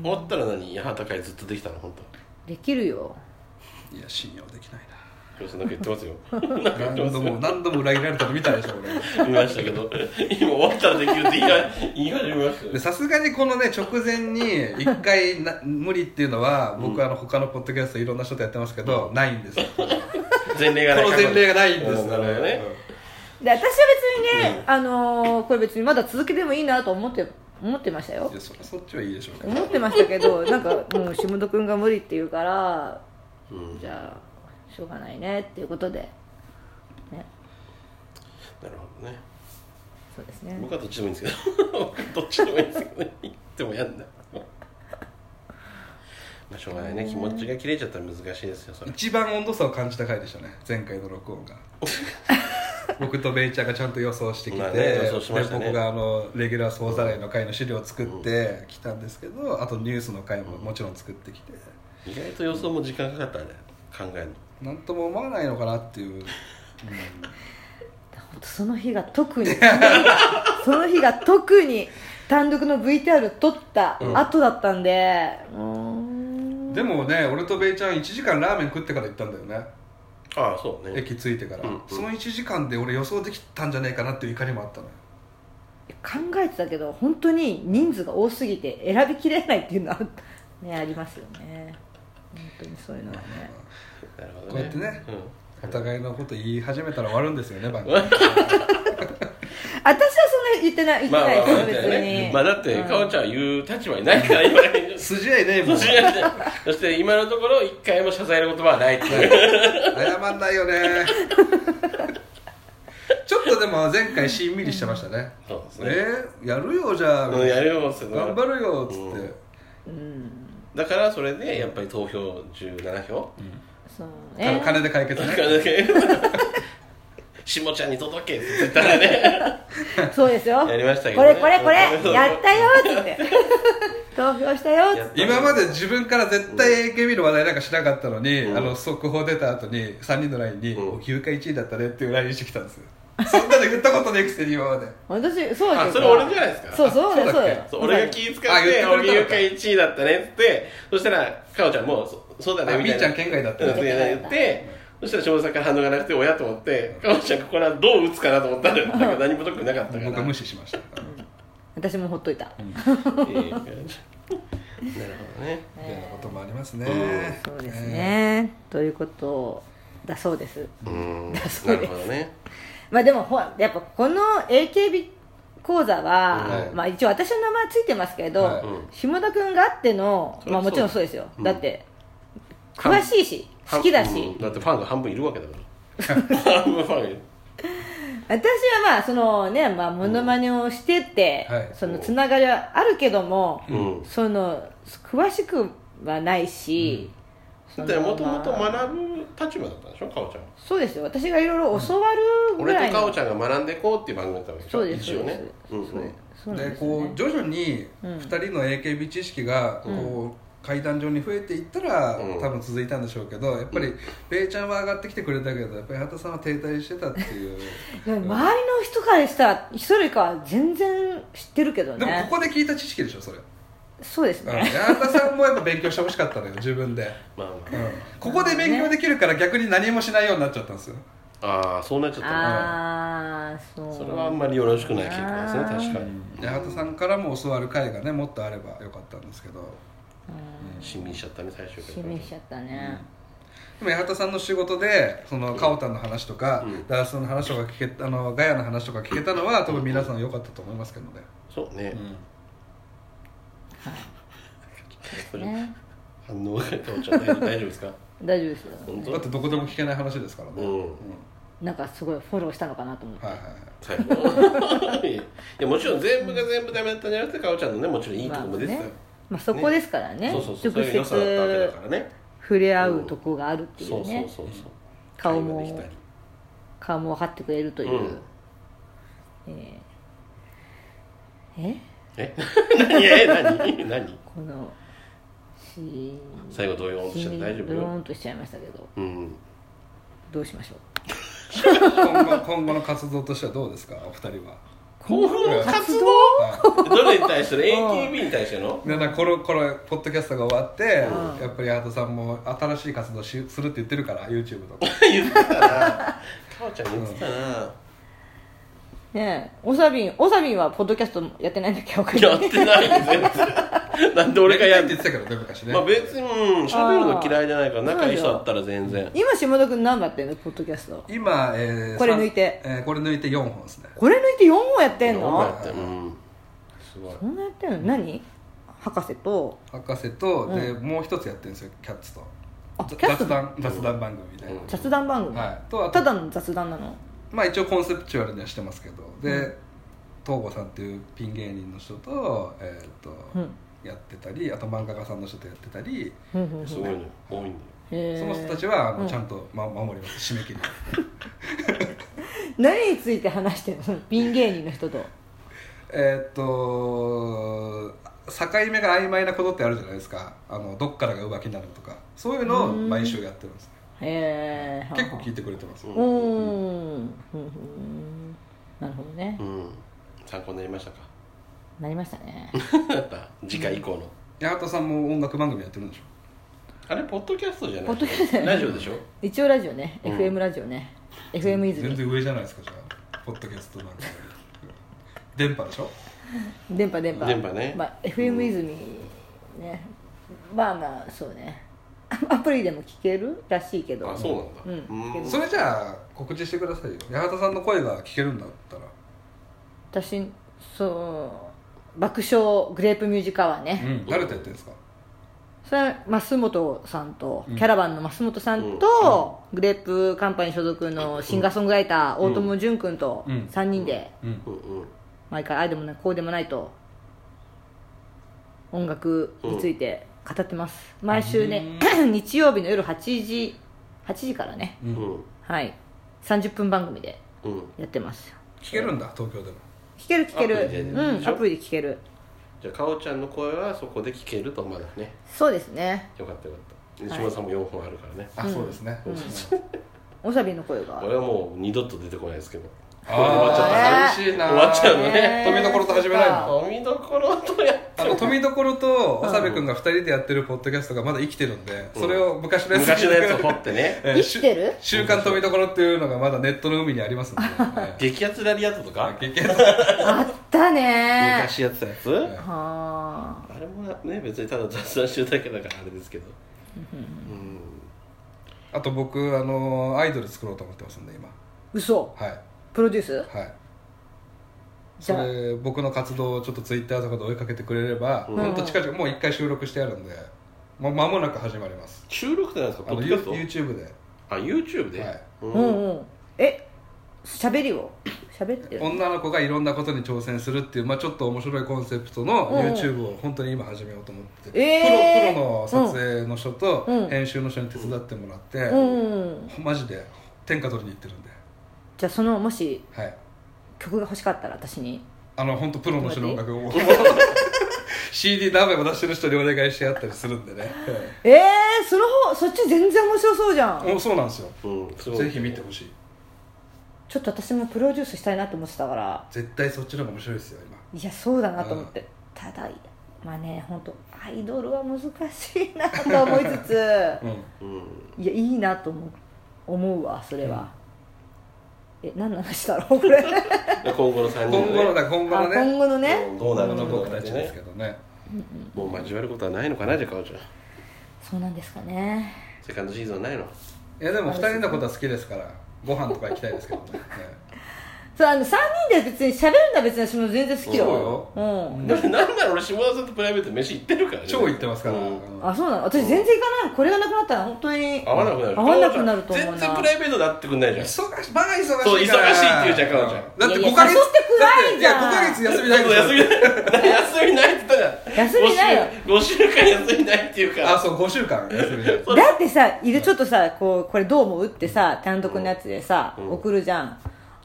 [SPEAKER 3] 終わったら何八幡会ずっとできたの本
[SPEAKER 1] できるよ
[SPEAKER 2] いや信用できないな
[SPEAKER 3] 当よしなんか言って
[SPEAKER 2] [LAUGHS]
[SPEAKER 3] ますよ
[SPEAKER 2] 何度
[SPEAKER 3] [LAUGHS]
[SPEAKER 2] も何度も裏切られたの見たでしょ俺
[SPEAKER 3] 見ましたけど今終わったらできるって言い言い始めましたよ
[SPEAKER 2] でさすがにこのね直前に1回な無理っていうのは僕あの他のポッドキャストいろんな人とやってますけどないんですよこ
[SPEAKER 3] 前例がな
[SPEAKER 2] の
[SPEAKER 3] い
[SPEAKER 2] 前例がないんです
[SPEAKER 3] なるほどね
[SPEAKER 1] で私は別にね、あのーこれ別にまだ続けてもいいなと思って思ってましたよ
[SPEAKER 2] いやそそっちはいいでしょうけど
[SPEAKER 1] 思ってましたけ [LAUGHS] どなんかもう下戸君が無理って言うから
[SPEAKER 3] うん
[SPEAKER 1] じゃあしょうがないねっていうことでね
[SPEAKER 3] なるほどね
[SPEAKER 1] そうですね
[SPEAKER 3] 僕はどっちでもいいんですけど僕はどっちでもいいんですけどね言ってもやんないまあしょうがないね気持ちが切れちゃったら難しいですよそれ
[SPEAKER 2] 一番温度差を感じた回でしたね前回の録音
[SPEAKER 3] [LAUGHS]
[SPEAKER 2] が僕とベイちゃんがちゃんと予想してきて、
[SPEAKER 3] まあね予想しましたね
[SPEAKER 2] で僕があのレギュラー総ざらいの回の資料を作ってきたんですけどあとニュースの回ももちろん作ってきて
[SPEAKER 3] 意外と予想も時間かかったね考えるの
[SPEAKER 2] 何とも思わないのかなっていう、うん
[SPEAKER 1] 本当その日が特
[SPEAKER 3] [LAUGHS]
[SPEAKER 1] にその日が特に単独の VTR 撮った後だったんで、うーん
[SPEAKER 2] でもね俺とベイちゃん1時間ラーメン食ってから行ったんだよね
[SPEAKER 3] ああそうね
[SPEAKER 2] 駅着いてから、
[SPEAKER 3] うんうん
[SPEAKER 2] その1時間で俺予想できたんじゃないかなっていう怒りもあったのよ
[SPEAKER 1] 考えてたけど本当に人数が多すぎて選びきれないっていうのはねありますよね本当にそういうのはね
[SPEAKER 3] なるほど
[SPEAKER 2] こ
[SPEAKER 3] ね
[SPEAKER 2] うやってね
[SPEAKER 3] うん
[SPEAKER 2] お互いのこと言い始めたら終わるんですよね番組
[SPEAKER 3] [LAUGHS] うわ
[SPEAKER 1] 私は [LAUGHS] そんな言ってない言って
[SPEAKER 3] まあ
[SPEAKER 1] ない
[SPEAKER 3] ま
[SPEAKER 1] です
[SPEAKER 3] あま
[SPEAKER 1] よ
[SPEAKER 3] あ
[SPEAKER 1] 別
[SPEAKER 3] ね
[SPEAKER 1] に
[SPEAKER 3] まあだって
[SPEAKER 1] うん
[SPEAKER 3] かおちゃんは言う立場にないから今
[SPEAKER 2] 筋合いねえもん
[SPEAKER 3] そ
[SPEAKER 2] 謝
[SPEAKER 3] してそして今のところ一回も謝罪の言葉はないっていう
[SPEAKER 2] んないよね [LAUGHS] ちょっとでも前回しんみりしてましたね
[SPEAKER 3] そうですね
[SPEAKER 2] えー、やるよじゃあ
[SPEAKER 3] うんやるよっつって
[SPEAKER 2] 頑張るよっつ
[SPEAKER 3] うん
[SPEAKER 2] っ
[SPEAKER 1] うん
[SPEAKER 3] だからそれでやっぱり投票17票
[SPEAKER 1] そう
[SPEAKER 2] て、
[SPEAKER 1] ね
[SPEAKER 2] 金で解決
[SPEAKER 3] だ
[SPEAKER 2] ね
[SPEAKER 3] からだけ [LAUGHS] 下ちゃんに届けって言ったらね
[SPEAKER 1] そうですよ
[SPEAKER 3] やりましたけど
[SPEAKER 1] こ
[SPEAKER 3] ね
[SPEAKER 1] れこれこれやったよって言って投票したよって
[SPEAKER 2] 今まで自分から絶対 AKB の話題なんかしなかったのに、
[SPEAKER 3] うん
[SPEAKER 2] あの速報出た後に3人のラインに
[SPEAKER 3] うん
[SPEAKER 2] 「牛か1位だったね」っていうラインしてきたんですよそんなの言ったことねえくせに今まで
[SPEAKER 1] 私そうだ
[SPEAKER 3] あ
[SPEAKER 1] けど
[SPEAKER 3] それ俺じゃないですか
[SPEAKER 1] そうそうだよそうだよ
[SPEAKER 3] そう俺が気使っ
[SPEAKER 2] あ言って
[SPEAKER 3] て
[SPEAKER 2] くれたのか
[SPEAKER 3] 荻優香1位だったねって言ってそしたらかおちゃんもそそうだね
[SPEAKER 2] あ
[SPEAKER 3] みたい
[SPEAKER 2] み
[SPEAKER 3] な
[SPEAKER 2] ーちゃん県外だった
[SPEAKER 3] うん
[SPEAKER 2] ね
[SPEAKER 3] って言ってそしたら下さんから反応がなくて親と思ってかおちゃんがこれはどう打つかなと思ったらなんか何も特になかったから
[SPEAKER 2] 僕は無視しました
[SPEAKER 1] 私もほっといた
[SPEAKER 3] いい感じなるほどね
[SPEAKER 2] みたいなこともありますね、
[SPEAKER 1] そうですねということだそうです
[SPEAKER 3] うんな
[SPEAKER 1] そうです
[SPEAKER 3] るほどね
[SPEAKER 1] まあでもほらやっぱこの AKB 講座は、
[SPEAKER 2] はい
[SPEAKER 1] まあ一応私の名前ついてますけれど、
[SPEAKER 2] はい
[SPEAKER 3] うん
[SPEAKER 1] 下田君があっての
[SPEAKER 3] それ
[SPEAKER 1] まあ
[SPEAKER 3] は
[SPEAKER 1] もちろんそうですよ、
[SPEAKER 3] うん
[SPEAKER 1] だって
[SPEAKER 3] 半
[SPEAKER 1] 詳しいし好きだし、
[SPEAKER 3] うんだってファンが半分いるわけだ
[SPEAKER 1] [LAUGHS]
[SPEAKER 3] から半分ファンがいる
[SPEAKER 1] 私はまあそのねまあモノマネをしてって、
[SPEAKER 2] うんはい
[SPEAKER 1] そのつながりはあるけども、
[SPEAKER 3] うん
[SPEAKER 1] その詳しくはないし、
[SPEAKER 3] だっ
[SPEAKER 1] そ
[SPEAKER 3] て
[SPEAKER 1] の
[SPEAKER 3] もともと
[SPEAKER 1] まあ
[SPEAKER 3] 学ぶ立場だったんでしょかおちゃん
[SPEAKER 1] そうですよ私がいろいろ教わるぐ
[SPEAKER 3] 俺
[SPEAKER 1] らい
[SPEAKER 3] と
[SPEAKER 1] の、
[SPEAKER 3] かおちゃんが学んでいこうっていう番組だったわけでしょ
[SPEAKER 1] そうです
[SPEAKER 3] 一応ね
[SPEAKER 1] そうです
[SPEAKER 3] うんうん
[SPEAKER 1] そうなん
[SPEAKER 2] で
[SPEAKER 1] ですよ
[SPEAKER 2] こ
[SPEAKER 1] ね
[SPEAKER 2] う徐々に
[SPEAKER 1] うん
[SPEAKER 2] 2人の AKB 知識がこう、階段上に増えていったら、
[SPEAKER 3] うん
[SPEAKER 2] 多分続いたんでしょうけどやっぱりペイちゃんは上がってきてくれたけどやっぱり畑さんは停滞してたっていう
[SPEAKER 1] でも周りの人からしたら一人よりかは全然知ってるけど
[SPEAKER 2] でも
[SPEAKER 1] ね
[SPEAKER 2] ここで聞いた知識でしょそれ
[SPEAKER 1] そうです
[SPEAKER 2] うん
[SPEAKER 1] ね
[SPEAKER 2] 八幡さんもやっぱ勉強してほしかったのよ自分で、
[SPEAKER 3] まあま
[SPEAKER 2] うん、ここで勉強できるから逆に何もしないようになっちゃったんですよ
[SPEAKER 3] ああーそうなっちゃったな
[SPEAKER 1] ああそう
[SPEAKER 3] それはあんまりよろしくない結果ですね
[SPEAKER 1] あー
[SPEAKER 3] 確か
[SPEAKER 2] で八幡さんからも教わる会がねもっとあればよかったんですけど
[SPEAKER 1] うん
[SPEAKER 3] にしみしちゃったね最終回
[SPEAKER 1] しみしちゃったね、
[SPEAKER 2] でも八幡さんの仕事でそのカオタンの話とか、
[SPEAKER 3] うん
[SPEAKER 2] ダースの話とか聞けあのガヤの話とか聞けたのは多分皆さん良かったと思いますけどね、
[SPEAKER 3] そうねこれ
[SPEAKER 1] ね
[SPEAKER 3] 反応がかおちゃん大丈夫大丈
[SPEAKER 1] [LAUGHS]
[SPEAKER 3] 夫ですか
[SPEAKER 1] 大丈夫ですよ
[SPEAKER 3] 本
[SPEAKER 2] だってどこでも聞けない話ですからね、
[SPEAKER 3] 当
[SPEAKER 2] うん
[SPEAKER 3] うん
[SPEAKER 1] なんかすごいフォローしたのかなと思って、
[SPEAKER 2] はいはいはい
[SPEAKER 3] 最後 [LAUGHS] いやもちろん全部が全部ダメだったんじゃなくてかおちゃんのねもちろんいいとこも出てたよ
[SPEAKER 1] まあ、そこですからね
[SPEAKER 3] そうそうそうそ
[SPEAKER 1] 直
[SPEAKER 3] れが良さだったわけだ
[SPEAKER 1] 接
[SPEAKER 3] からね
[SPEAKER 1] 触れ合うとこがあるってい
[SPEAKER 3] そう
[SPEAKER 1] う
[SPEAKER 3] そう
[SPEAKER 1] ね
[SPEAKER 3] そうそう
[SPEAKER 1] 顔
[SPEAKER 3] 会話でき
[SPEAKER 1] も
[SPEAKER 3] たり
[SPEAKER 1] 顔も分かってくれるという、
[SPEAKER 3] うん [LAUGHS]
[SPEAKER 1] えーえ
[SPEAKER 3] え何え何何
[SPEAKER 1] このし
[SPEAKER 3] 最後動揺しちゃって大丈夫
[SPEAKER 1] ドヨーンとしちゃいましたけど
[SPEAKER 3] うん
[SPEAKER 1] どうしましょう
[SPEAKER 2] 今後今後の活動としてはどうですかお二人は、
[SPEAKER 3] 今後の活動
[SPEAKER 2] は
[SPEAKER 3] どれに対しての AKB に対しての
[SPEAKER 2] い、でなんかこのこのポッドキャストが終わって、
[SPEAKER 1] うん
[SPEAKER 2] やっぱり八幡さんも新しい活動しするって言ってるから YouTube とか
[SPEAKER 3] 言ってたなかおちゃん言ってたな
[SPEAKER 1] ねえおさびんおさびんはポッドキャストやってないんだっけわかんない
[SPEAKER 3] やってないよ全然なんで俺がや
[SPEAKER 2] っ
[SPEAKER 3] ってて
[SPEAKER 2] 言ってたけどね昔ね、
[SPEAKER 3] まあ別にうん喋るの嫌いじゃないから仲いい人だったら全然
[SPEAKER 1] 今下田君何番やってんのポッドキャスト
[SPEAKER 2] 今、えー
[SPEAKER 1] これ抜いて
[SPEAKER 2] さんえーこれ抜いて4本ですね
[SPEAKER 1] これ抜いて4本やってん
[SPEAKER 3] どうや
[SPEAKER 1] の
[SPEAKER 3] ってうんすごい
[SPEAKER 1] そんなやってんの何博士と
[SPEAKER 2] 博士と、でもう一つやってるんですよキャッツと
[SPEAKER 1] あ
[SPEAKER 2] 雑
[SPEAKER 1] キャッツ
[SPEAKER 2] 雑談雑談番組みたいな、
[SPEAKER 3] うん
[SPEAKER 1] 雑談番組、
[SPEAKER 2] はいとあと
[SPEAKER 1] ただの雑談なの
[SPEAKER 2] まあ一応コンセプチュアルにはしてますけどで東郷さんっていうピン芸人の人と,、えーと
[SPEAKER 1] うん
[SPEAKER 2] やってたりあと漫画家さんの人とやってたり、
[SPEAKER 1] うんうんうん
[SPEAKER 3] すごいね多いんだよ
[SPEAKER 1] へえ
[SPEAKER 2] その人たちはあの、
[SPEAKER 1] うん
[SPEAKER 2] ちゃんと、ま、守ります締め切り
[SPEAKER 1] 何について話してんのそのピン芸人の人と
[SPEAKER 2] えっ、と境目が曖昧なことってあるじゃないですかあのどっからが浮気になるとかそういうのを毎週やってるんです
[SPEAKER 1] へえ
[SPEAKER 2] 結構聞いてくれてます、
[SPEAKER 3] うん
[SPEAKER 1] うーんふんふんなるほどね
[SPEAKER 3] うん参考になりましたか [LAUGHS]
[SPEAKER 1] なりましたね
[SPEAKER 3] やっぱ次回以降の
[SPEAKER 2] 八幡さんも音楽番組やってるんでしょ
[SPEAKER 3] あれポッドキャストじゃない
[SPEAKER 1] ポッドキャスト
[SPEAKER 3] ラジオでしょ
[SPEAKER 1] 一応ラジオね、
[SPEAKER 3] うん
[SPEAKER 1] FM ラジオね FM
[SPEAKER 2] 全
[SPEAKER 1] 泉
[SPEAKER 2] 然上じゃないですかじゃあポッドキャストなんかより電波でしょ
[SPEAKER 1] 電波電波
[SPEAKER 3] 電波ね
[SPEAKER 1] まあ、FM 泉ね、まあまあそうねまプリでも聞けるらしいけど
[SPEAKER 3] あそうなんだ、
[SPEAKER 1] うん
[SPEAKER 3] うん
[SPEAKER 2] それじゃあ告知してくださいよ八幡さんの声が聞けるんだったら
[SPEAKER 1] 私そう爆笑グレープミュージカワーね、
[SPEAKER 2] うん誰とやってるんですか
[SPEAKER 1] それは増本さんと、
[SPEAKER 2] うん
[SPEAKER 1] キャラバンの増本さんと、グレープカンパニー所属のシンガーソングライター、大友淳君と
[SPEAKER 2] うん
[SPEAKER 1] 3人で
[SPEAKER 2] うん
[SPEAKER 3] うんうん
[SPEAKER 1] 毎回ああでもないこうでもないと音楽について語ってます、毎週ね [COUGHS] 日曜日の夜8時8時からね
[SPEAKER 2] う
[SPEAKER 3] うんん
[SPEAKER 1] はい30分番組で
[SPEAKER 3] うん
[SPEAKER 1] やってますよ
[SPEAKER 2] 聞けるんだ東京でも
[SPEAKER 1] 聞ける聞け
[SPEAKER 3] ア
[SPEAKER 1] る
[SPEAKER 3] プリで
[SPEAKER 1] うん
[SPEAKER 3] でしょ
[SPEAKER 1] アプリで聞ける
[SPEAKER 3] じゃあかおちゃんの声はそこで聞けるとまだね
[SPEAKER 1] そうですね
[SPEAKER 3] よかったよかった
[SPEAKER 1] はい
[SPEAKER 3] 西村さんも4本あるからね、
[SPEAKER 2] [LAUGHS] あそうですね
[SPEAKER 1] おさびの声が
[SPEAKER 3] 俺はもう二度と出てこないですけど
[SPEAKER 2] ああ
[SPEAKER 1] 終
[SPEAKER 2] 寂しいな
[SPEAKER 3] 終わっちゃうのね
[SPEAKER 2] 富所と始めないの
[SPEAKER 3] 飲みどころとやって
[SPEAKER 2] あの富所と長部君が2人でやってるポッドキャストがまだ生きてるんでそれを昔のやつ
[SPEAKER 3] 昔の
[SPEAKER 2] [LAUGHS]
[SPEAKER 3] やつを掘ってね
[SPEAKER 2] えー
[SPEAKER 1] 生きてる
[SPEAKER 2] 「週刊富所」っていうのがまだネットの海にありますんでえ
[SPEAKER 3] 激アツラリアットとか
[SPEAKER 2] ー激アツだ
[SPEAKER 1] あったね
[SPEAKER 3] 昔やってたやつ、
[SPEAKER 2] い
[SPEAKER 1] はあ
[SPEAKER 3] あれもね別にただ雑談してるだけだからあれですけどうん
[SPEAKER 2] あと僕あのアイドル作ろうと思ってますんで今
[SPEAKER 1] 嘘
[SPEAKER 2] はい
[SPEAKER 1] プロデュース
[SPEAKER 2] はい
[SPEAKER 1] じ
[SPEAKER 2] そ
[SPEAKER 1] ゃあ
[SPEAKER 2] れ僕の活動をちょっとツイッターとかで追いかけてくれれば、
[SPEAKER 3] うん
[SPEAKER 2] ほんと近々もう1回収録してあるんでもう間もなく始まります
[SPEAKER 3] 収録ってなんですか
[SPEAKER 2] あ
[SPEAKER 3] ポ
[SPEAKER 2] の
[SPEAKER 3] ッドキ
[SPEAKER 2] You-
[SPEAKER 3] ャスト
[SPEAKER 2] YouTube で
[SPEAKER 3] あ YouTube で、
[SPEAKER 2] はい
[SPEAKER 3] うん
[SPEAKER 1] うんうんえ喋りを喋ってる
[SPEAKER 2] 女の子がいろんなことに挑戦するっていう、まあ、ちょっと面白いコンセプトの
[SPEAKER 1] うん
[SPEAKER 2] YouTube を本当に今始めようと思ってて、
[SPEAKER 1] えー
[SPEAKER 2] プロプロの撮影の人と
[SPEAKER 1] うん
[SPEAKER 2] 編集の人に手伝ってもらって、
[SPEAKER 1] うんうん
[SPEAKER 2] マジで天下取りに行ってるんで
[SPEAKER 1] じゃあそのもし
[SPEAKER 2] はい
[SPEAKER 1] 曲が欲しかったら私に
[SPEAKER 2] あの本当プロの人の音楽を [LAUGHS] CD 何枚も出してる人にお願いしてやったりするんでね、
[SPEAKER 1] ええー、その方そっち全然面白そうじゃん
[SPEAKER 2] もうそうなんですよ
[SPEAKER 3] うんすごい
[SPEAKER 2] ぜひ見てほしい
[SPEAKER 1] ちょっと私もプロデュースしたいなと思ってたから
[SPEAKER 2] 絶対そっちの方が面白いですよ今
[SPEAKER 1] いやそうだなと思って、ただまあね本当アイドルは難しいなと思いつつ
[SPEAKER 2] [LAUGHS] うん
[SPEAKER 3] うん
[SPEAKER 1] いやいいなと思う思うわそれは、え何の話だろうこれ
[SPEAKER 3] で今後の3人
[SPEAKER 2] 今後の
[SPEAKER 3] ね
[SPEAKER 2] だ [LAUGHS] 今後
[SPEAKER 1] あ
[SPEAKER 2] のね
[SPEAKER 1] 今後のね
[SPEAKER 3] どうな
[SPEAKER 2] 今
[SPEAKER 3] る
[SPEAKER 2] 後の
[SPEAKER 3] の
[SPEAKER 2] 僕
[SPEAKER 3] か
[SPEAKER 2] たちですけ
[SPEAKER 3] ね
[SPEAKER 2] どね
[SPEAKER 3] もう交わることはないのかなじゃあかおちゃん
[SPEAKER 1] そうなんですかね
[SPEAKER 3] セカンドシーズンはないの
[SPEAKER 2] いやでも2人のことは好きですからご飯とか行きたいですけ
[SPEAKER 3] [LAUGHS]
[SPEAKER 2] どねね
[SPEAKER 1] そうあの3人で別に喋るのは別に私も全然好きだ
[SPEAKER 2] そう
[SPEAKER 1] わ
[SPEAKER 2] よ
[SPEAKER 1] うん
[SPEAKER 3] でも [LAUGHS] なんなら俺下田さんとプライベートで飯行ってるからね
[SPEAKER 2] 超行ってますから、
[SPEAKER 3] うん
[SPEAKER 2] うん
[SPEAKER 1] あそうなの私全然行かないこれがなくなったら本当に
[SPEAKER 3] 合わなくなる
[SPEAKER 1] 合わなくなると思うな
[SPEAKER 3] 全然プライベートで会ってくんないじゃん
[SPEAKER 2] 忙しいバカ忙しいから
[SPEAKER 3] そう忙しいって言うじゃん彼女
[SPEAKER 2] だっ
[SPEAKER 1] いや
[SPEAKER 2] て
[SPEAKER 1] いや
[SPEAKER 2] 5ヶ月
[SPEAKER 1] 誘ってくないじゃん
[SPEAKER 2] だっていや5ヶ月休み
[SPEAKER 3] ちょ
[SPEAKER 2] な
[SPEAKER 3] っ
[SPEAKER 2] い
[SPEAKER 3] と
[SPEAKER 2] で
[SPEAKER 3] 休
[SPEAKER 2] す
[SPEAKER 3] みない休みないって言ったじゃん
[SPEAKER 1] 休みないよ
[SPEAKER 3] 5週間休みないっていうか
[SPEAKER 2] あ
[SPEAKER 3] ら
[SPEAKER 2] そう5週間休みない
[SPEAKER 3] そ
[SPEAKER 1] [LAUGHS]
[SPEAKER 3] う
[SPEAKER 1] だってさいるちょっとさこうこれどう思うってさ単独のやつでさ、
[SPEAKER 3] うん
[SPEAKER 1] 送るじゃん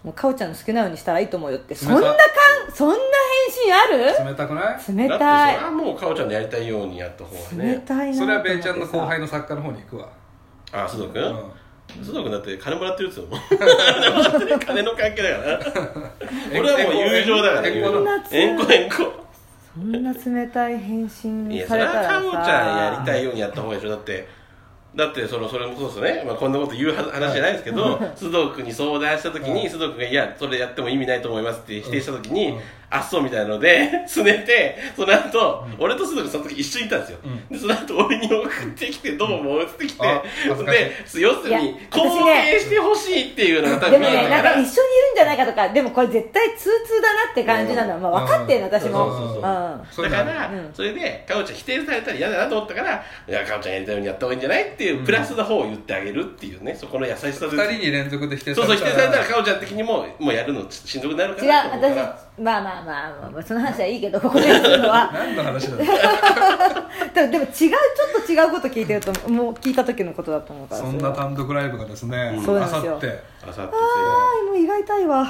[SPEAKER 1] もうかおちゃんの好きなようにしたらいいと思うよってそ
[SPEAKER 2] た
[SPEAKER 1] んなかんそんな返信あ
[SPEAKER 2] 冷たくない
[SPEAKER 1] る冷たい
[SPEAKER 3] だってそれはもうかおちゃんのやりたいようにやった方が
[SPEAKER 1] 冷
[SPEAKER 3] ね
[SPEAKER 1] たいな
[SPEAKER 2] それはベ
[SPEAKER 1] イ
[SPEAKER 2] イちゃんの後輩の作家の方に行くわ
[SPEAKER 3] あ須藤
[SPEAKER 2] うん
[SPEAKER 3] 君須藤君だって金もらってるっつうの [LAUGHS] 金の関係だ
[SPEAKER 2] [LAUGHS]
[SPEAKER 3] から俺はもう友情だから
[SPEAKER 2] ええこの
[SPEAKER 3] 遠行遠行
[SPEAKER 1] そんな冷たい返信
[SPEAKER 3] いやそ
[SPEAKER 1] さ
[SPEAKER 3] れ
[SPEAKER 1] れ
[SPEAKER 3] は
[SPEAKER 1] たらさ
[SPEAKER 3] かおちゃんやりたいようにやった方がいいでしょだってだってそのそれもそうですよね、まあ、こんなこと言うは話じゃないですけど [LAUGHS] 須藤君に相談した時
[SPEAKER 2] うん
[SPEAKER 3] に須藤君が「いやそれやっても意味ないと思います」って否定した時に「
[SPEAKER 2] うん
[SPEAKER 3] あっそう」みたいなので [LAUGHS] すねてその後、俺と須藤君その時一緒にいたんですよ、
[SPEAKER 2] うん
[SPEAKER 3] でその後俺に送ってきて「どうも」ってきて、
[SPEAKER 2] あ恥ずかしい
[SPEAKER 3] で要する
[SPEAKER 1] い
[SPEAKER 3] に
[SPEAKER 1] や
[SPEAKER 3] 肯定してほしいっていうのが
[SPEAKER 1] で
[SPEAKER 3] 多分
[SPEAKER 1] も
[SPEAKER 3] 見え
[SPEAKER 1] ねな
[SPEAKER 3] たか
[SPEAKER 1] んから一緒にいるんじゃないかとかでもこれ絶対通通だなって感じなのは、まあ、分かってんの私
[SPEAKER 2] うんそう
[SPEAKER 1] も
[SPEAKER 2] そううそうん
[SPEAKER 1] あ
[SPEAKER 2] そう
[SPEAKER 3] だ
[SPEAKER 2] いうの
[SPEAKER 3] か
[SPEAKER 2] ある
[SPEAKER 3] ら、
[SPEAKER 1] うん
[SPEAKER 3] それでかおちゃん否定されたら嫌だなと思ったから「いやかおちゃんやりたいようにやった方がいいんじゃない?」っていう、
[SPEAKER 2] うん
[SPEAKER 3] プラスの方を言ってあげるっていうねそこの優しさで
[SPEAKER 2] 2人に連続で否定さ
[SPEAKER 3] そう
[SPEAKER 2] れ
[SPEAKER 3] そう
[SPEAKER 2] た
[SPEAKER 3] 否定された
[SPEAKER 2] ら
[SPEAKER 3] らかおちゃん的にももうやるのしんどくなるか
[SPEAKER 1] 違う
[SPEAKER 3] らと思う
[SPEAKER 1] 私
[SPEAKER 3] から
[SPEAKER 1] まあまあまあ、まあまあ、その話はいいけどここでするのは
[SPEAKER 2] 何の話だろう
[SPEAKER 1] でもでも違うちょっと違うこと聞いてると思うもう聞いた時のことだと思うから
[SPEAKER 2] そん
[SPEAKER 1] れは
[SPEAKER 2] な単独ライブがですね
[SPEAKER 1] うんそう
[SPEAKER 2] あ
[SPEAKER 1] なんです
[SPEAKER 2] さ
[SPEAKER 1] よ
[SPEAKER 2] って
[SPEAKER 3] あさって
[SPEAKER 1] あーもう胃が痛い
[SPEAKER 2] [LAUGHS]
[SPEAKER 1] わ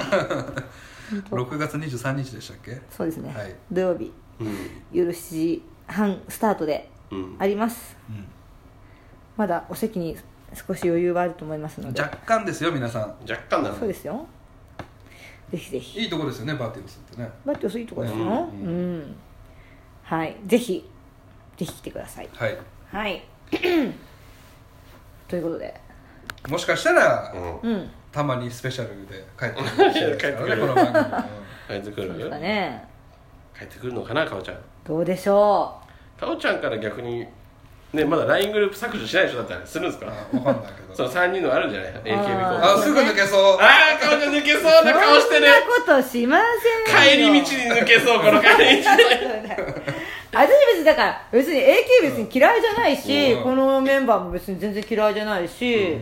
[SPEAKER 2] 6月23日でしたっけ
[SPEAKER 1] そうですね、
[SPEAKER 2] はい
[SPEAKER 1] 土曜日
[SPEAKER 3] うん
[SPEAKER 1] 夜7時半スタートで
[SPEAKER 3] うん
[SPEAKER 1] あります
[SPEAKER 2] うん
[SPEAKER 1] まだお席に少し余裕はあると思いますので
[SPEAKER 2] 若干ですよ皆さん
[SPEAKER 3] 若干なの
[SPEAKER 1] そうですよぜひぜひ
[SPEAKER 2] いいとこですよねバーティウスってね
[SPEAKER 1] バッティオスいいとこですよ、うん
[SPEAKER 2] うん
[SPEAKER 1] はいぜひぜひ来てください
[SPEAKER 2] はい
[SPEAKER 1] はい [CLEARS THROAT] ということで
[SPEAKER 2] もしかしたら、
[SPEAKER 3] うん
[SPEAKER 1] うん
[SPEAKER 2] たまにスペシャルで帰ってくるかもしれないですからねこの番組
[SPEAKER 3] 帰ってく
[SPEAKER 1] そうです
[SPEAKER 3] る
[SPEAKER 1] かね
[SPEAKER 3] 帰ってくるのかなかおちゃん
[SPEAKER 1] どうでしょ
[SPEAKER 3] かおちゃんから逆にねまだ LINE グループ削除しないでしょだったらするんですか
[SPEAKER 2] あ分かんないけ
[SPEAKER 3] そ
[SPEAKER 2] ど
[SPEAKER 3] の3人のあるじゃない AKB 候補
[SPEAKER 2] あすぐ抜けそう
[SPEAKER 3] ああ彼女抜けそうな顔し
[SPEAKER 1] [LAUGHS] そ
[SPEAKER 3] てる
[SPEAKER 1] んなことしません
[SPEAKER 3] 帰り道に抜けそうこの帰り道で
[SPEAKER 1] 私別にだから別に AK 別に嫌いじゃないし、
[SPEAKER 2] うん
[SPEAKER 1] このメンバーも別に全然嫌いじゃないし、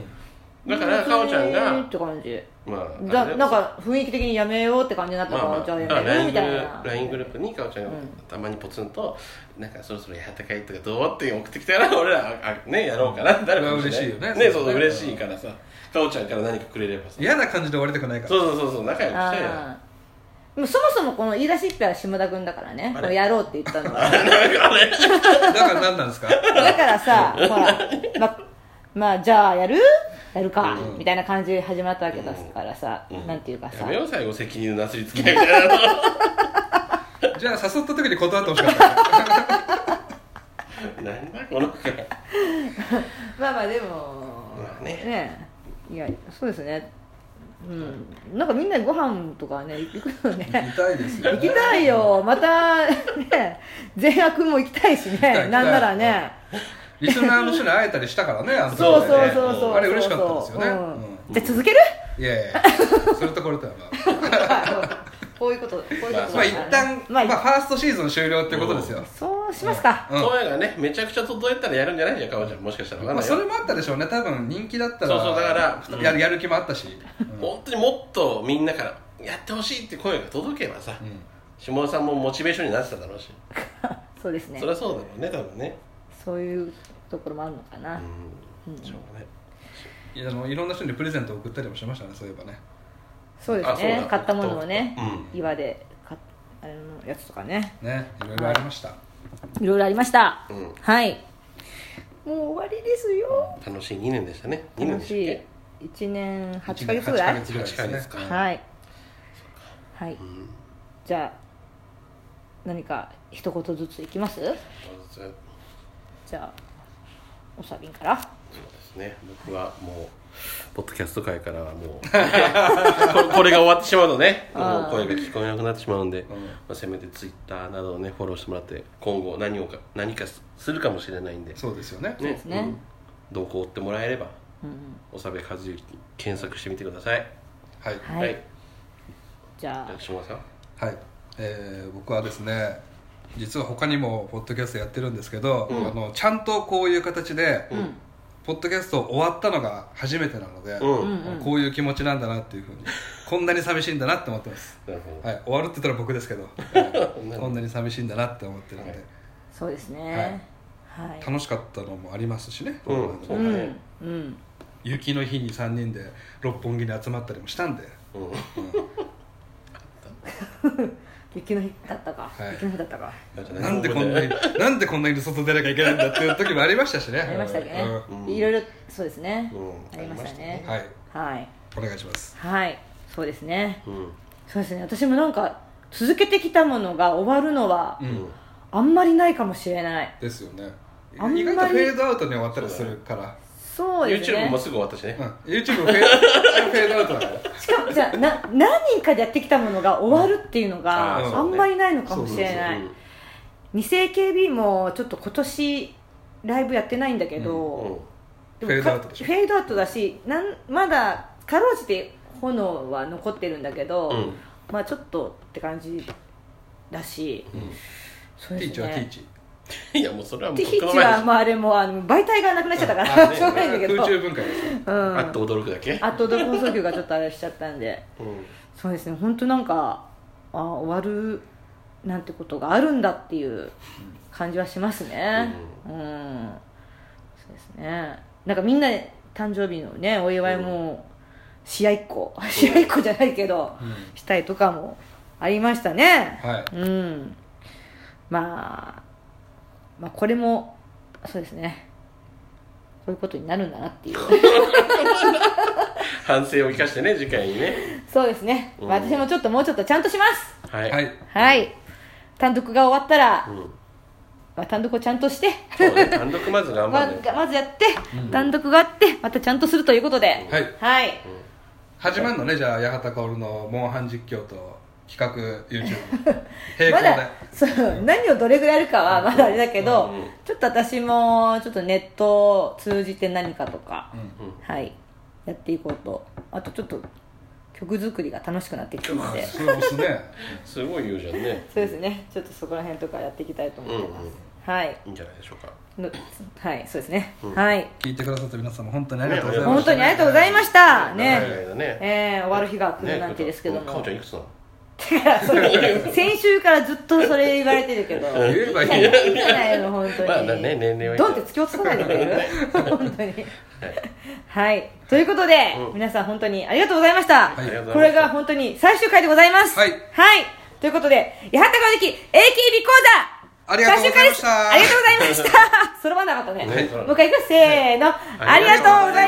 [SPEAKER 3] だからかおちゃん
[SPEAKER 1] 別にっ
[SPEAKER 3] が
[SPEAKER 1] て感じ
[SPEAKER 3] まあ
[SPEAKER 1] だなんか雰囲気的にやめようって感じになった
[SPEAKER 3] ま
[SPEAKER 1] か
[SPEAKER 3] あま
[SPEAKER 1] ら
[SPEAKER 3] あ、
[SPEAKER 1] じゃあ
[SPEAKER 3] だ
[SPEAKER 1] や
[SPEAKER 3] から
[SPEAKER 1] める
[SPEAKER 3] LINE
[SPEAKER 1] み
[SPEAKER 3] グル
[SPEAKER 1] たいな
[SPEAKER 3] LINE グループにかおちゃんがたまにポツンと「なんかそろそろやったかい」とか「どう?」って送ってきたら俺らああねやろうかな誰も
[SPEAKER 2] 嬉しいよね
[SPEAKER 3] ねそ
[SPEAKER 2] そ
[SPEAKER 3] うそうう
[SPEAKER 2] ね
[SPEAKER 3] 嬉しいからさかおちゃんから何かくれればさ
[SPEAKER 2] 嫌な感じで終わりたくないから
[SPEAKER 3] そうそうそうそう仲良くしたいな
[SPEAKER 1] あーでもそもそもこの言い出しっぺは島田君だからね
[SPEAKER 3] あれ
[SPEAKER 1] もうやろうって言ったの
[SPEAKER 3] [LAUGHS]
[SPEAKER 1] は
[SPEAKER 2] だから何なんですか
[SPEAKER 1] だからさほらままあじゃあやるやるか、みたいな感じで始まったわけだからさ、
[SPEAKER 3] ん
[SPEAKER 1] なんていうかさ
[SPEAKER 3] やめよう最後責任のなすりつけみたいな
[SPEAKER 2] じゃあ誘った時に断ってほしかった
[SPEAKER 3] なんだこの子が
[SPEAKER 1] まあまあでも
[SPEAKER 3] まあね
[SPEAKER 1] ねいやそうですねうんなんかみんなでご飯とかね行くのね
[SPEAKER 2] 痛いですよ
[SPEAKER 1] 行きたいよまたね善悪も行きたいし
[SPEAKER 2] たい行きた
[SPEAKER 1] ね
[SPEAKER 2] い
[SPEAKER 1] なんならね
[SPEAKER 2] リスナーの人に会えたりしたからねあの時ね
[SPEAKER 1] そうそうそうそう
[SPEAKER 2] あれ嬉しかったですよね
[SPEAKER 1] うん
[SPEAKER 2] うん
[SPEAKER 1] じゃあ
[SPEAKER 2] [LAUGHS]
[SPEAKER 1] 続ける
[SPEAKER 2] いや
[SPEAKER 1] [LAUGHS]
[SPEAKER 2] いやそれとこれとはまあ
[SPEAKER 1] こういうことこういうことだから
[SPEAKER 2] まあ一旦、ま
[SPEAKER 1] まあ
[SPEAKER 2] あ、ファーストシーズン終了ってことですよ、
[SPEAKER 1] そうしますか
[SPEAKER 2] うん
[SPEAKER 3] 声がねめちゃくちゃ届いたらやるんじゃないじゃんかおちゃんもしかしたらわかん
[SPEAKER 2] まあ、
[SPEAKER 3] ない
[SPEAKER 2] そ
[SPEAKER 3] よ
[SPEAKER 2] れもあったでしょうね多分人気だったら
[SPEAKER 3] そうそうだからうん
[SPEAKER 2] やるやる気もあったし、うん
[SPEAKER 3] 本当にもっとみんなからやってほしいって声が届けばさ
[SPEAKER 2] うん
[SPEAKER 3] 下田さんもモチベーションになってただろうし
[SPEAKER 1] そうですね
[SPEAKER 3] そりゃそうだろうね多分ね
[SPEAKER 1] そういうところもあるのかな、
[SPEAKER 3] うんしょうがない
[SPEAKER 2] いやあのいろんな人にプレゼントを送ったりもしましたねそういえばね
[SPEAKER 1] そうです
[SPEAKER 3] あそう
[SPEAKER 1] ね
[SPEAKER 3] だ
[SPEAKER 1] 買ったものもね、
[SPEAKER 3] う
[SPEAKER 1] 岩で買っあれのやつとかね
[SPEAKER 2] ねいろいろありました、
[SPEAKER 1] いろいろありました、
[SPEAKER 3] うん
[SPEAKER 1] はいもう終わりですよ
[SPEAKER 3] 楽しい2年でしたね2年
[SPEAKER 1] 楽
[SPEAKER 3] で
[SPEAKER 1] しい
[SPEAKER 3] し
[SPEAKER 1] 1年8ヶ月ぐらい
[SPEAKER 2] 8ヶ月
[SPEAKER 3] たっけ8ヶ月か
[SPEAKER 1] はいはい
[SPEAKER 3] うん
[SPEAKER 1] じゃあ何か一言ずついきます
[SPEAKER 3] そう
[SPEAKER 1] じゃあおさびんから
[SPEAKER 3] ですね僕はもうポッドキャスト界からはもう [LAUGHS] ここれが終わってしまうとねもう声が聞こえなくなってしまうん
[SPEAKER 2] ん
[SPEAKER 3] で、まあ、せめてツイッターなどをねフォローしてもらって今後何をか何かすするかもしれないんで
[SPEAKER 2] そうですよね
[SPEAKER 3] ね
[SPEAKER 1] ですね
[SPEAKER 3] うん動向を追ってもらえれば長部和幸検索してみてください
[SPEAKER 2] はい
[SPEAKER 1] はいじゃ
[SPEAKER 3] じゃあ
[SPEAKER 1] あ
[SPEAKER 3] 下田さん
[SPEAKER 2] はい、えー僕はですね実は他にもポッドキャストやってるんですけど、あのちゃんとこういう形で、ポッドキャスト終わったのが初めてなので、
[SPEAKER 3] うん、
[SPEAKER 2] こういう気持ちなんだなっていうふうにこんなに寂しいんだなって思ってます
[SPEAKER 3] なるほど
[SPEAKER 2] はい、終わるって言ったら僕ですけど、はいこんなに寂しいんだなって思ってるんで、
[SPEAKER 1] そうですねはい、
[SPEAKER 2] 楽しかったのもありますしね、
[SPEAKER 3] うん
[SPEAKER 2] あ
[SPEAKER 3] そう
[SPEAKER 2] の
[SPEAKER 3] だね
[SPEAKER 1] うん
[SPEAKER 2] 雪の日に3人で六本木に集まったりもしたんで、
[SPEAKER 3] うん、
[SPEAKER 1] 雪の日だったか、
[SPEAKER 2] はい
[SPEAKER 1] 雪の日だったか
[SPEAKER 2] [LAUGHS] なんでこんな
[SPEAKER 3] [LAUGHS]
[SPEAKER 2] に
[SPEAKER 3] う
[SPEAKER 2] なんでこんなに外出なきゃいけないんだっていう時もありましたしね
[SPEAKER 1] ありましたっけね
[SPEAKER 2] うん、
[SPEAKER 3] うん
[SPEAKER 1] いろいろそうですね、
[SPEAKER 3] うん
[SPEAKER 1] ありましたね
[SPEAKER 2] はい
[SPEAKER 1] はい
[SPEAKER 2] お願いします
[SPEAKER 1] はいそうですね
[SPEAKER 3] ん
[SPEAKER 1] そうですね私もなんか続けてきたものが終わるのは、
[SPEAKER 2] うん
[SPEAKER 1] あんまりないかもしれない
[SPEAKER 2] ですよね
[SPEAKER 1] あんまり
[SPEAKER 2] 意外とフェードアウトに終わったりするから、
[SPEAKER 1] そうです
[SPEAKER 3] YouTube
[SPEAKER 1] ね
[SPEAKER 3] もすぐ終わったしね
[SPEAKER 2] うん、YouTube フェフェードアウトだから
[SPEAKER 1] しかもじゃあな何人かでやってきたものが終わるっていうの
[SPEAKER 3] うんあー
[SPEAKER 1] が
[SPEAKER 3] そう
[SPEAKER 1] あ
[SPEAKER 3] ね
[SPEAKER 1] んまりないのかもしれない、
[SPEAKER 3] うん
[SPEAKER 1] 二世 KB もちょっと今年ライブやってないんだけど、
[SPEAKER 2] うん
[SPEAKER 1] でもか
[SPEAKER 2] フェードアウトでしょ
[SPEAKER 1] フェードアウトだしなんまだかろうじて炎は残ってるんだけど、
[SPEAKER 3] うん
[SPEAKER 1] まあちょっとって感じだし、そう
[SPEAKER 2] テ
[SPEAKER 1] で
[SPEAKER 2] ィーチ
[SPEAKER 1] す
[SPEAKER 2] はティー
[SPEAKER 1] ね
[SPEAKER 2] チ
[SPEAKER 3] いやもうそれはもう
[SPEAKER 1] ティー
[SPEAKER 3] 僕の
[SPEAKER 1] チ
[SPEAKER 3] 前
[SPEAKER 1] はまああれもあの媒体がなくなっちゃったか
[SPEAKER 2] あ
[SPEAKER 1] ら
[SPEAKER 2] ね
[SPEAKER 1] しょうがないんだけど
[SPEAKER 2] 空中分解ですよ
[SPEAKER 1] うん
[SPEAKER 3] あっと驚くだけ
[SPEAKER 1] あとで放送局がちょっとあれしちゃったんで
[SPEAKER 3] うん
[SPEAKER 1] そうですね本当なんかあ終わるなんてことがあるんだっていう感じはしますねうん、そうですねなんかみんなで誕生日のねお祝いも試合っ子試合っ子じゃないけど、したいとかもありましたね、
[SPEAKER 2] はい
[SPEAKER 1] うんまあまあこれもそうですねこういうことになるんだな [LAUGHS] っていう
[SPEAKER 3] 反省を生かしてね次回にね
[SPEAKER 1] そうですね、まあ
[SPEAKER 3] うん
[SPEAKER 1] 私もちょっともうちょっとちゃんとします
[SPEAKER 3] はい、
[SPEAKER 2] はい
[SPEAKER 1] はい。単独が終わったら、
[SPEAKER 3] うん、
[SPEAKER 1] まあ、単独をちゃんとして、
[SPEAKER 3] そうね単独まず頑張
[SPEAKER 1] [LAUGHS] ま
[SPEAKER 3] る、ね、
[SPEAKER 1] がまずやって、単独があって、またちゃんとするということで。
[SPEAKER 2] はい
[SPEAKER 1] はい。
[SPEAKER 2] 始まるのねじゃあ八幡薫のモンハン実況と企画
[SPEAKER 1] [LAUGHS]
[SPEAKER 2] YouTube 並
[SPEAKER 1] ま
[SPEAKER 2] 行で、
[SPEAKER 1] だそう何をどれぐらいやるかはまだあれだけど、
[SPEAKER 3] うんうん
[SPEAKER 1] ちょっと私もちょっとネットを通じて何かとか、はいやっていこうとあとちょっと曲作りが楽しくなってきて
[SPEAKER 2] うん、ま
[SPEAKER 1] の
[SPEAKER 2] あ
[SPEAKER 1] で
[SPEAKER 2] そうですね
[SPEAKER 3] すごい言うじゃんね
[SPEAKER 1] そうですねちょっとそこら辺とかやっていきたいと思ってます、
[SPEAKER 3] うんうん
[SPEAKER 1] はい
[SPEAKER 3] いいんじゃないでしょうか
[SPEAKER 1] のはいそうですね、
[SPEAKER 3] うん
[SPEAKER 1] はい
[SPEAKER 2] 聞いてくださった皆さんも本当にありがとうございま
[SPEAKER 1] 本
[SPEAKER 2] した
[SPEAKER 1] 当にありがとうございました
[SPEAKER 3] 長い
[SPEAKER 1] ね
[SPEAKER 3] 間ね
[SPEAKER 1] えー、終わる日が来るなんてですけど
[SPEAKER 3] ねか
[SPEAKER 1] も、
[SPEAKER 3] おちゃんいくつなの
[SPEAKER 1] それ [LAUGHS] 先週からずっとそれ言われてるけど
[SPEAKER 2] 言えばいい
[SPEAKER 1] いやいいんじゃないの本当に、
[SPEAKER 3] まあね年齢はいい
[SPEAKER 1] ドンって突き落とさないでくれる本当にはいということで、
[SPEAKER 3] うん
[SPEAKER 1] 皆さん本当にありがとうございました、
[SPEAKER 2] はいあり
[SPEAKER 3] がとうございました
[SPEAKER 1] これが本当に最終回でございます
[SPEAKER 2] はい
[SPEAKER 1] ということで八幡川的 AKB 講座
[SPEAKER 2] ありがとうございました
[SPEAKER 1] 最終回ですありがとうございましたそれまなかったね
[SPEAKER 3] ね
[SPEAKER 1] もう一回いくせーの、
[SPEAKER 3] はい
[SPEAKER 1] ありがとうございました